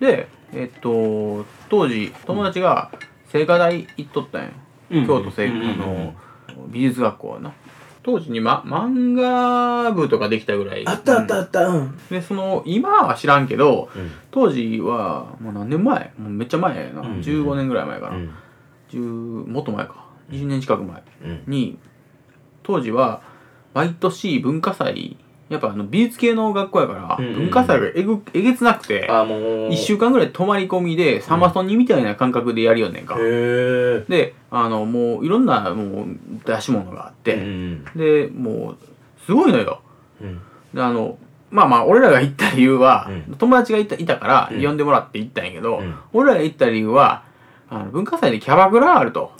[SPEAKER 2] うでえっと当時友達が聖火台行っとったんよ、
[SPEAKER 1] うん
[SPEAKER 2] 京都聖
[SPEAKER 1] うん
[SPEAKER 2] あの美術学校はな当時に、ま、漫画部とかできたぐらい
[SPEAKER 1] あったあったあったうん
[SPEAKER 2] でその今は知らんけど
[SPEAKER 1] うん
[SPEAKER 2] 当時はもう何年前もうめっちゃ前やな、
[SPEAKER 1] うん
[SPEAKER 2] 15年ぐらい前か
[SPEAKER 1] う
[SPEAKER 2] な、
[SPEAKER 1] ん
[SPEAKER 2] 10もっと前か20年近く前
[SPEAKER 1] うん
[SPEAKER 2] に当時は毎年文化祭やっぱあの美術系の学校やから
[SPEAKER 1] うんうんうん
[SPEAKER 2] 文化祭がえぐえげつなくて
[SPEAKER 1] あもう
[SPEAKER 2] 1週間ぐらい泊まり込みでサマソニみたいな感覚でやるよんねんか
[SPEAKER 1] へえ
[SPEAKER 2] であのもういろんなもう出し物があっ
[SPEAKER 1] う
[SPEAKER 2] て
[SPEAKER 1] ん
[SPEAKER 2] でもうすごいのよ
[SPEAKER 1] うん
[SPEAKER 2] であのまあまあ俺らが行った理由は
[SPEAKER 1] う
[SPEAKER 2] 友達がいたいたから
[SPEAKER 1] うん
[SPEAKER 2] 呼んでもらって行ったんやけど
[SPEAKER 1] うん
[SPEAKER 2] 俺らが行った理由はあの文化祭でキャバクラがあると。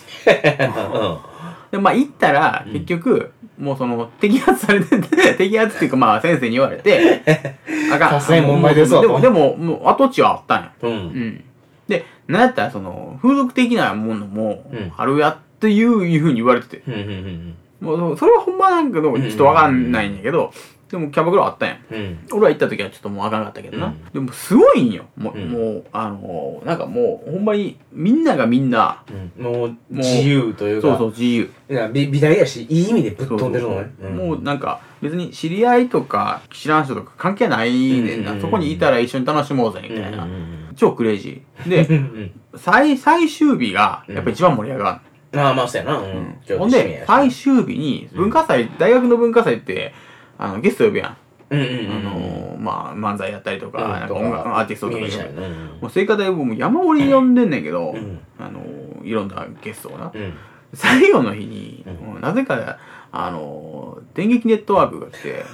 [SPEAKER 2] で、まあ、行ったら、
[SPEAKER 1] うん
[SPEAKER 2] 結局、もうその、摘発されて て、摘発っていうか、まあ、先生に言われて、 あか
[SPEAKER 1] さすがに問題ですわ
[SPEAKER 2] で
[SPEAKER 1] と
[SPEAKER 2] も、でも、もう、跡地はあったんや。
[SPEAKER 1] うんう
[SPEAKER 2] うんん。で、なんやったら、その、風俗的なものも
[SPEAKER 1] うん、
[SPEAKER 2] あるやっていう、いうふうに言われてて。
[SPEAKER 1] うんうん
[SPEAKER 2] もうその、それはほんまなんかどうかちょっとわかんないんやけど、でも、キャバクラあったんや。
[SPEAKER 1] うん
[SPEAKER 2] 俺は行った時はちょっともうあかんかったけどな。
[SPEAKER 1] うん
[SPEAKER 2] でも、すごいんよ。もう、
[SPEAKER 1] うん
[SPEAKER 2] もう、あのなんかもう、ほんまに、みんながみんな、
[SPEAKER 1] うんもう自由というか
[SPEAKER 2] そうそう、自由。
[SPEAKER 1] いや美美大やしいい意味でぶっ飛んでるのね
[SPEAKER 2] そうそうもうなんか別に知り合いとか知らん人とか関係ないねんな、
[SPEAKER 1] うんうんうん
[SPEAKER 2] そこにいたら一緒に楽しもうぜみたいな、
[SPEAKER 1] うん
[SPEAKER 2] 超クレイジー
[SPEAKER 1] う
[SPEAKER 2] で
[SPEAKER 1] ん
[SPEAKER 2] 最最終日がやっぱ一番盛り上が
[SPEAKER 1] うんああまあそうやなう
[SPEAKER 2] る、
[SPEAKER 1] ん
[SPEAKER 2] うん、ほ
[SPEAKER 1] 今
[SPEAKER 2] ん
[SPEAKER 1] 日で
[SPEAKER 2] で最終日に文化祭、大学の文化祭ってあのゲスト呼ぶやん、
[SPEAKER 1] うんうんうん
[SPEAKER 2] あのまあ、漫才やったりとか,、なんか
[SPEAKER 1] と
[SPEAKER 2] 音楽のアーティストとか
[SPEAKER 1] ミュージシ
[SPEAKER 2] 呼
[SPEAKER 1] ャ
[SPEAKER 2] ぶ
[SPEAKER 1] ンやなうん
[SPEAKER 2] もう聖火台僕もう山盛り呼んでんねんけど、
[SPEAKER 1] うん
[SPEAKER 2] あのいろんなゲストをな、
[SPEAKER 1] うん
[SPEAKER 2] 最後の日に、
[SPEAKER 1] うん
[SPEAKER 2] もうなぜか、あのー電撃ネットワークが来て、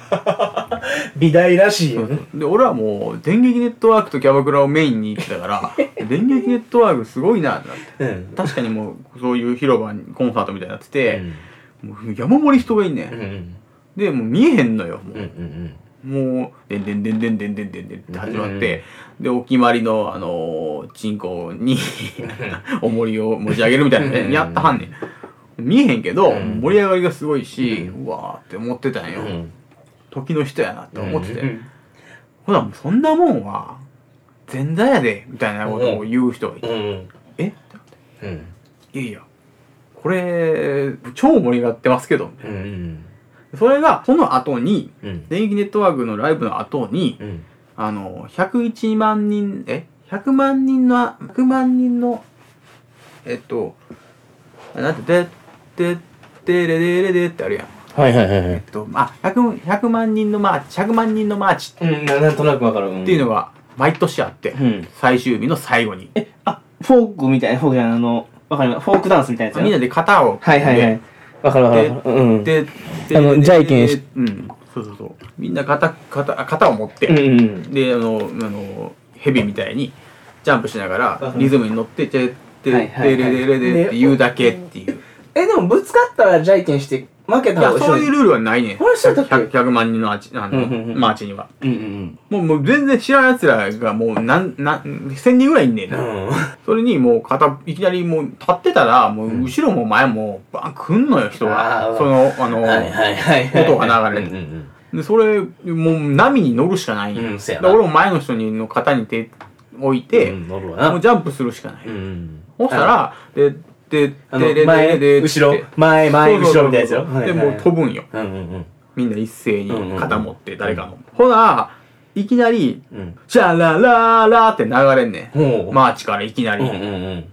[SPEAKER 1] 美大らしいよね
[SPEAKER 2] で、俺はもう、電撃ネットワークとキャバクラをメインに行ってたから、 電撃ネットワークすごいなってなって。
[SPEAKER 1] うん
[SPEAKER 2] 確かにもう、そういう広場にコンサートみたいになって
[SPEAKER 1] う
[SPEAKER 2] て、
[SPEAKER 1] ん
[SPEAKER 2] もう山盛り人がいんね
[SPEAKER 1] うん
[SPEAKER 2] ん。
[SPEAKER 1] うん
[SPEAKER 2] で、もう見えへんのよ。も
[SPEAKER 1] うんうん
[SPEAKER 2] う、もうでんでんでんでんでんでんでんでんって始ま
[SPEAKER 1] う
[SPEAKER 2] っ
[SPEAKER 1] ん
[SPEAKER 2] て、で、お決まりの、あのー、チンコに、重りを持ち上げるみたいな
[SPEAKER 1] う
[SPEAKER 2] ね、
[SPEAKER 1] ん
[SPEAKER 2] やったはんねん。見えへんけど、
[SPEAKER 1] うん
[SPEAKER 2] 盛り上がりがすごいし、
[SPEAKER 1] う
[SPEAKER 2] うわーって思ってたんよ。
[SPEAKER 1] うん
[SPEAKER 2] 時の人やなって思ってて、
[SPEAKER 1] うん
[SPEAKER 2] ほらもうそんなもんは前座やでみたいなことを言う人がいて、
[SPEAKER 1] うん
[SPEAKER 2] え
[SPEAKER 1] うん
[SPEAKER 2] いやいやこれ超盛り上がってますけど
[SPEAKER 1] うんうん
[SPEAKER 2] それがその後に
[SPEAKER 1] うん
[SPEAKER 2] 電撃ネットワークのライブの後に
[SPEAKER 1] うん
[SPEAKER 2] あの101万人え100万人の100万人のえっとあなんてでででれれれでってあるやん
[SPEAKER 1] はいはいはいは
[SPEAKER 2] えっ
[SPEAKER 1] い
[SPEAKER 2] とあ 100, 100万人のマーチ100万人のマーチ
[SPEAKER 1] うんななんとなくわかるっ
[SPEAKER 2] っていうのが毎年あって、
[SPEAKER 1] うん
[SPEAKER 2] 最終日の最後に
[SPEAKER 1] あフォークみたいなフォークじゃないあのわかりますフォークダンスみたいな
[SPEAKER 2] みん
[SPEAKER 1] や
[SPEAKER 2] なで肩を
[SPEAKER 1] つはいはいはいわかるわかるわかるうん
[SPEAKER 2] で
[SPEAKER 1] あのじゃいけんし
[SPEAKER 2] うんそうそうそうみんな肩肩肩を持っ
[SPEAKER 1] うん
[SPEAKER 2] て、
[SPEAKER 1] うん
[SPEAKER 2] であのあの蛇みたいにジャンプしながら
[SPEAKER 1] うん
[SPEAKER 2] リズムに乗って「てて
[SPEAKER 1] はいはいはい
[SPEAKER 2] てれれれれ」って言うだけっていう
[SPEAKER 1] えでもぶつかったらじゃいけんして負け
[SPEAKER 2] いやそういうルールはないねん
[SPEAKER 1] あれそうだっけ
[SPEAKER 2] 100, 100万人のアーチあ
[SPEAKER 1] う
[SPEAKER 2] の、
[SPEAKER 1] んうんうん
[SPEAKER 2] マーチには
[SPEAKER 1] うんうん
[SPEAKER 2] もうもう全然知らんやつらがもうなんなん1000人ぐらいいんねん
[SPEAKER 1] う
[SPEAKER 2] な、
[SPEAKER 1] ん
[SPEAKER 2] それにもう片、いきなりもう立ってたら、もう後ろも前もバン来んのよ、人
[SPEAKER 1] あー
[SPEAKER 2] が。その、あの、
[SPEAKER 1] はいはいはいはい
[SPEAKER 2] 音が流れる
[SPEAKER 1] うんうん
[SPEAKER 2] で、それ、もう波に乗るしかないんよ
[SPEAKER 1] うんそうや
[SPEAKER 2] で
[SPEAKER 1] な
[SPEAKER 2] 俺も前の人にの肩に手置い
[SPEAKER 1] うん
[SPEAKER 2] て、
[SPEAKER 1] うん
[SPEAKER 2] も
[SPEAKER 1] 乗るわ
[SPEAKER 2] う
[SPEAKER 1] な
[SPEAKER 2] ジャンプするしかない。
[SPEAKER 1] うん
[SPEAKER 2] そしたら、で、で、
[SPEAKER 1] あ
[SPEAKER 2] で、
[SPEAKER 1] の
[SPEAKER 2] で、
[SPEAKER 1] 前
[SPEAKER 2] で、で、
[SPEAKER 1] 後ろ
[SPEAKER 2] で
[SPEAKER 1] 前前
[SPEAKER 2] そう
[SPEAKER 1] 後
[SPEAKER 2] そう
[SPEAKER 1] ろみたいなやつよ
[SPEAKER 2] そうそうで、もう飛ぶんよ。
[SPEAKER 1] うんうん
[SPEAKER 2] みんな一斉
[SPEAKER 1] うんう
[SPEAKER 2] に
[SPEAKER 1] ん
[SPEAKER 2] 肩持って、誰かの。ほら、いきなり、
[SPEAKER 1] うんうん
[SPEAKER 2] チャラララって流れんね
[SPEAKER 1] ほ
[SPEAKER 2] ん。
[SPEAKER 1] う
[SPEAKER 2] マーチからいきな
[SPEAKER 1] うん
[SPEAKER 2] り
[SPEAKER 1] う。ん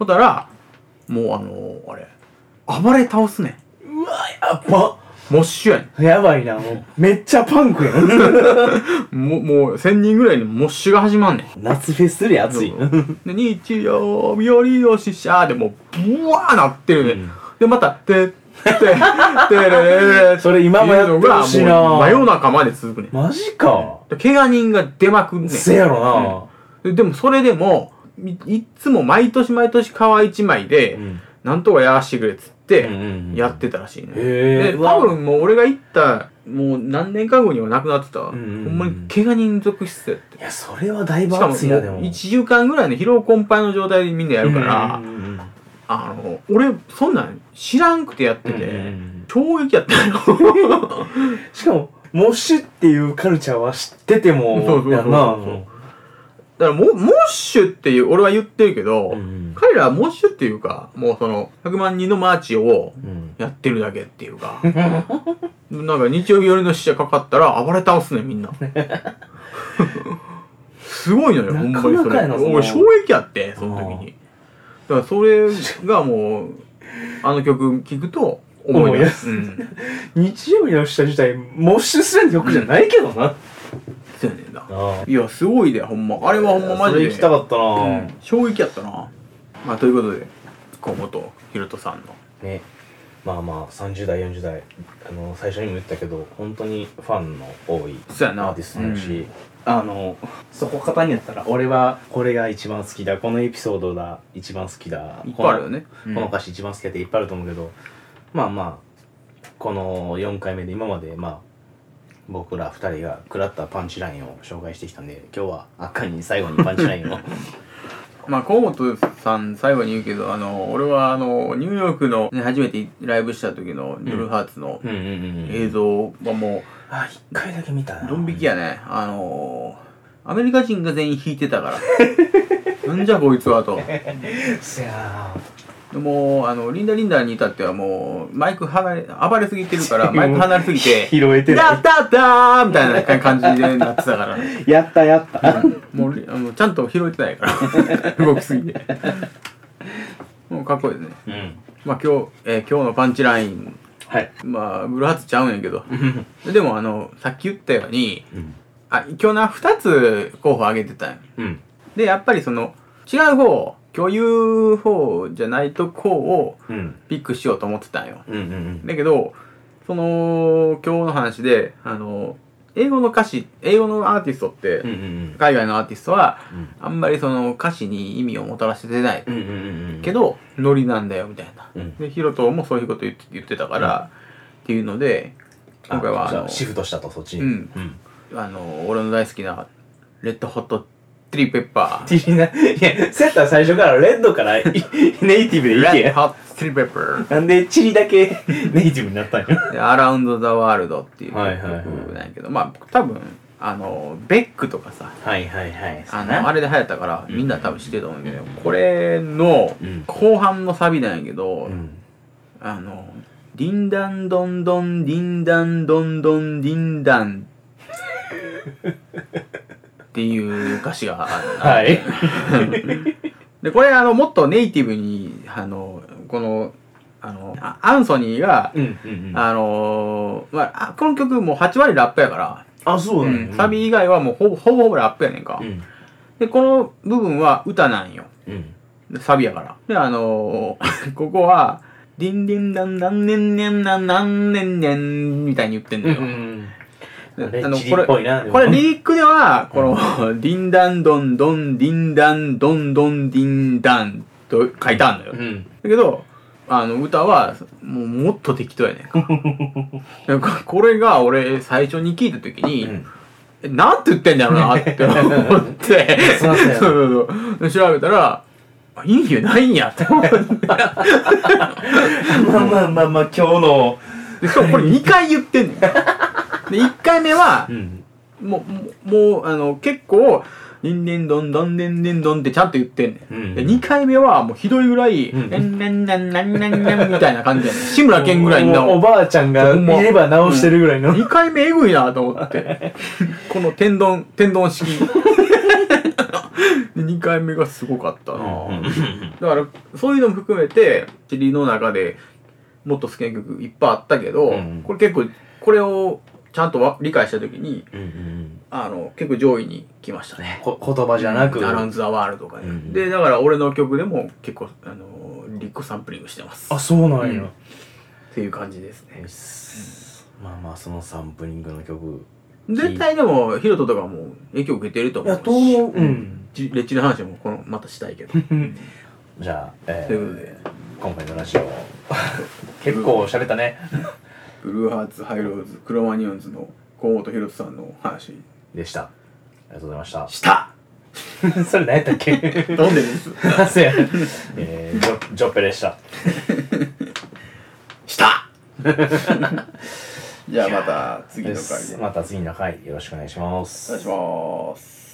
[SPEAKER 2] ほたら、もうあのー、あれ、暴れ倒すね
[SPEAKER 1] うんうわやば
[SPEAKER 2] ん。モッシュやね
[SPEAKER 1] っやばいなもうめっちゃパンクやん
[SPEAKER 2] ん。もう、もう、1000人ぐらいのモッシュが始まんねん。
[SPEAKER 1] 夏フェスより暑い
[SPEAKER 2] で、日曜日よりよししゃーでもう、ブワーなってるね、
[SPEAKER 1] うん
[SPEAKER 2] で、また、て、 で、で、で、で、
[SPEAKER 1] それ今もやってほしいな
[SPEAKER 2] 真夜中まで続くねん。
[SPEAKER 1] マジか。
[SPEAKER 2] 怪我人が出まくんねん
[SPEAKER 1] せやろ
[SPEAKER 2] ででもそれでも、いいっつも毎年毎年皮一枚で、
[SPEAKER 1] な。うん。
[SPEAKER 2] なんとかやらしてくれっつっ
[SPEAKER 1] うんうんうん
[SPEAKER 2] て、やってたらしいね。
[SPEAKER 1] へえ。
[SPEAKER 2] で、多分もう俺が行った、もう何年か後には亡くなってた。ほ
[SPEAKER 1] んうんうん
[SPEAKER 2] んまに怪我人続出やって。
[SPEAKER 1] いや、それはだい
[SPEAKER 2] し
[SPEAKER 1] ぶ
[SPEAKER 2] かもも
[SPEAKER 1] 熱いな、で
[SPEAKER 2] う
[SPEAKER 1] も。
[SPEAKER 2] 1週間ぐらいの疲労困憊の状態でみんなやるから
[SPEAKER 1] うん、うんうんうん
[SPEAKER 2] あの、俺、そんなん知らんくてやって
[SPEAKER 1] うんうんう
[SPEAKER 2] て、
[SPEAKER 1] ん
[SPEAKER 2] 衝撃やったよ。
[SPEAKER 1] しかも、模試っていうカルチャーは知ってても、
[SPEAKER 2] そうそうそうそう
[SPEAKER 1] やんな
[SPEAKER 2] だからも、モッシュっていう、俺は言ってるけど、
[SPEAKER 1] うん
[SPEAKER 2] 彼らはモッシュっていうか、もうその、100万人のマーチを
[SPEAKER 1] うん
[SPEAKER 2] やってるだけっていうか、 なんか日曜日寄りの死者かかったら暴れ倒すね、みんな。すごいのよ、ほんまに
[SPEAKER 1] な
[SPEAKER 2] そ
[SPEAKER 1] かな
[SPEAKER 2] れ。
[SPEAKER 1] かやなそんな
[SPEAKER 2] 俺、衝撃あって、その時に。だから、それがもう、あの曲聴くと思い出す。うん。
[SPEAKER 1] 日曜日の下自体、模試する曲じゃないけどな。
[SPEAKER 2] そうやねんな。
[SPEAKER 1] あ
[SPEAKER 2] いや、すごいで、ほんま。あれはほんまマジで。
[SPEAKER 1] 行きたかったな、
[SPEAKER 2] うん、衝撃やったなまあということで河本ひろとさんの
[SPEAKER 1] ねまあまあ30代40代あの最初にも言ったけど本当にファンの多い
[SPEAKER 2] そうや
[SPEAKER 1] アーティストだし、
[SPEAKER 4] あの、そこ語にやったら、俺はこれが一番好きだ、このエピソードだ、一番好きだ、
[SPEAKER 2] いっぱいあるよね
[SPEAKER 4] このこ
[SPEAKER 2] うん
[SPEAKER 4] の
[SPEAKER 1] お菓子一番好きやっていっぱいあると思うけどまあまあこの4回目で今までまあ僕ら2人が食らったパンチラインを紹介してきたんで今日は赤に最後にパンチライ ンを
[SPEAKER 2] まあ河本さん最後に言うけどあの俺はあのニューヨークの、ね、初めてライブした時のニュルーハーツの
[SPEAKER 1] うんうんうんうん
[SPEAKER 2] 映像はも
[SPEAKER 1] あ1回だけ見た
[SPEAKER 2] う
[SPEAKER 1] な
[SPEAKER 2] ドン引きやねあのアメリカ人が全員弾いてたから なんじゃこいつはと
[SPEAKER 1] せや
[SPEAKER 2] でもうあのリンダリンダに至ってはもうマイク離れ暴れすぎてる からマイク離れすぎて
[SPEAKER 1] 拾えてない
[SPEAKER 2] やったーったーみたいな感じでなってたから
[SPEAKER 4] やったやった。
[SPEAKER 2] もうあのちゃんと拾えてないから 動きすぎてもうかっこいいですね
[SPEAKER 1] なうん
[SPEAKER 2] まあ今日、えー今日のパンチライン
[SPEAKER 1] はい
[SPEAKER 2] まあブルーハーツちゃうんやけどでもあのさっき言ったように
[SPEAKER 1] うん
[SPEAKER 2] あ今日な2つ候補挙げてたんよ
[SPEAKER 1] うん
[SPEAKER 2] でやっぱりその違う方共有方じゃないとこ
[SPEAKER 1] う
[SPEAKER 2] うを
[SPEAKER 1] ん
[SPEAKER 2] ピックしようと思ってたんよ
[SPEAKER 1] うんうん
[SPEAKER 2] だけどその今日の話であの英語の歌詞英語のアーティストって、
[SPEAKER 1] うんうんうん
[SPEAKER 2] 海外のアーティストは
[SPEAKER 1] うん
[SPEAKER 2] あんまりその歌詞に意味をもたらしてない
[SPEAKER 1] うんうんうんうん
[SPEAKER 2] けど、ノリなんだよみたいな、
[SPEAKER 1] うん
[SPEAKER 2] でヒロトもそういうこと言って言ってたから、っていうので今回はあ
[SPEAKER 1] じゃ
[SPEAKER 2] の
[SPEAKER 1] シフトしたとそっちに
[SPEAKER 2] うん
[SPEAKER 1] うん
[SPEAKER 2] あの俺の大好きなレッドホットチリペッパー
[SPEAKER 1] ティリナいやセッター最初からレッドからいネイティブでいけ
[SPEAKER 2] レッ
[SPEAKER 1] や
[SPEAKER 2] ドホットチリペッパー
[SPEAKER 1] なんでチリだけネイティブになったんや
[SPEAKER 2] で「アラウンド・ザ・ワールド」っていう曲
[SPEAKER 1] はいはいはい
[SPEAKER 2] なんやけど、まあ多分あのベックとかさ
[SPEAKER 1] はいはいはい
[SPEAKER 2] あのあれで流行ったからみんな多分知ってると思うんだけど、これの
[SPEAKER 1] うん
[SPEAKER 2] 後半のサビなんやけど、
[SPEAKER 1] うん
[SPEAKER 2] あの、ディンダンドンドン、ディンダンドンドン、ディンダン。っていう歌詞がある。
[SPEAKER 1] はい
[SPEAKER 2] で、これ、あの、もっとネイティブに、あの、この、あの、あアンソニーが、
[SPEAKER 1] うんうんうん
[SPEAKER 2] あのまああ、この曲もう8割ラップやから、
[SPEAKER 1] あそう
[SPEAKER 2] う
[SPEAKER 1] なんや
[SPEAKER 2] ん、サビ以外はもうほぼほぼほぼラップやねんか
[SPEAKER 1] う。ん
[SPEAKER 2] で、この部分は歌なんよ。
[SPEAKER 1] うん
[SPEAKER 2] サビやから。で、あのー、 ここは、ディンディンダンダンネンネンナンナンネンネンみたいに言ってん
[SPEAKER 1] うん
[SPEAKER 2] のよ
[SPEAKER 1] う。んあ
[SPEAKER 2] で
[SPEAKER 1] れ
[SPEAKER 2] あの
[SPEAKER 1] チ
[SPEAKER 2] こ
[SPEAKER 1] リっ
[SPEAKER 2] れ、
[SPEAKER 1] ぽいなでも
[SPEAKER 2] これリリックでは、この、ディンダンドンドン、ディンダンドンドン、ディンダンと書いてあるのよ。
[SPEAKER 1] う
[SPEAKER 2] だ
[SPEAKER 1] ん
[SPEAKER 2] けど、あの、歌は、もうもっと適当やねんか。 なんかこれが俺最初に聞いた時に、
[SPEAKER 1] うん
[SPEAKER 2] えなんて言ってんだろうなって思って、
[SPEAKER 1] そうそう
[SPEAKER 2] そうそうそう。調べたら、あいいんやないんやって思って。
[SPEAKER 1] まあまあまあまあ今日の
[SPEAKER 2] でしかもこれ2回言ってん のよ。で、1回目は
[SPEAKER 1] う、ん
[SPEAKER 2] もう、もうもう、あの、結構、ニンニンドンドンニンニンドンってちゃんと言ってんね
[SPEAKER 1] うん
[SPEAKER 2] ん。で、2回目はもうひどいぐらい、
[SPEAKER 1] うん
[SPEAKER 2] ニンニンニンニンニンニンみたいな感じや ねん。志村けんぐらい
[SPEAKER 1] もうお
[SPEAKER 2] の。
[SPEAKER 1] ばあちゃんが
[SPEAKER 2] ほんま
[SPEAKER 1] いれば直してるぐらいの
[SPEAKER 2] 2回目エグいなと思 って。この天丼、天丼式。 で、2回目がすごかったな
[SPEAKER 1] うん
[SPEAKER 2] だから、そういうのも含めて、チリの中でもっと好きな曲いっぱいあったけど、
[SPEAKER 1] うん
[SPEAKER 2] これ結構、これをちゃんとわ理解したときに、
[SPEAKER 1] うんうん
[SPEAKER 2] あの、結構上位に来ましたね。
[SPEAKER 1] こ言葉じゃなく
[SPEAKER 2] アラウンズ・ザ・ワールドがね、
[SPEAKER 1] うん
[SPEAKER 2] で、だから俺の曲でも結構、あの、リックサンプリングしてます。
[SPEAKER 1] あそうなんや
[SPEAKER 2] うん
[SPEAKER 1] へ
[SPEAKER 3] っていう感じですね
[SPEAKER 1] まあまあそのサンプリングの曲
[SPEAKER 3] 絶対でもヒロトとかも影響受けてると思うし
[SPEAKER 1] ううん
[SPEAKER 3] じレッチリの話もこのまたしたいけどと
[SPEAKER 1] じゃあ、えー
[SPEAKER 3] いうことで
[SPEAKER 1] 今回のラジオ結構喋ったね
[SPEAKER 2] ブルーハーツハイローズクロマニオンズの河本博さんの話
[SPEAKER 1] でしたありがとうございました
[SPEAKER 2] した
[SPEAKER 1] それ何やったっけ
[SPEAKER 2] どんでで
[SPEAKER 1] そ
[SPEAKER 2] す
[SPEAKER 1] うや、えー、ジョジョッペでした
[SPEAKER 2] した じゃあまた次の回でお
[SPEAKER 1] また次の回よろしくお願いします
[SPEAKER 2] 願いします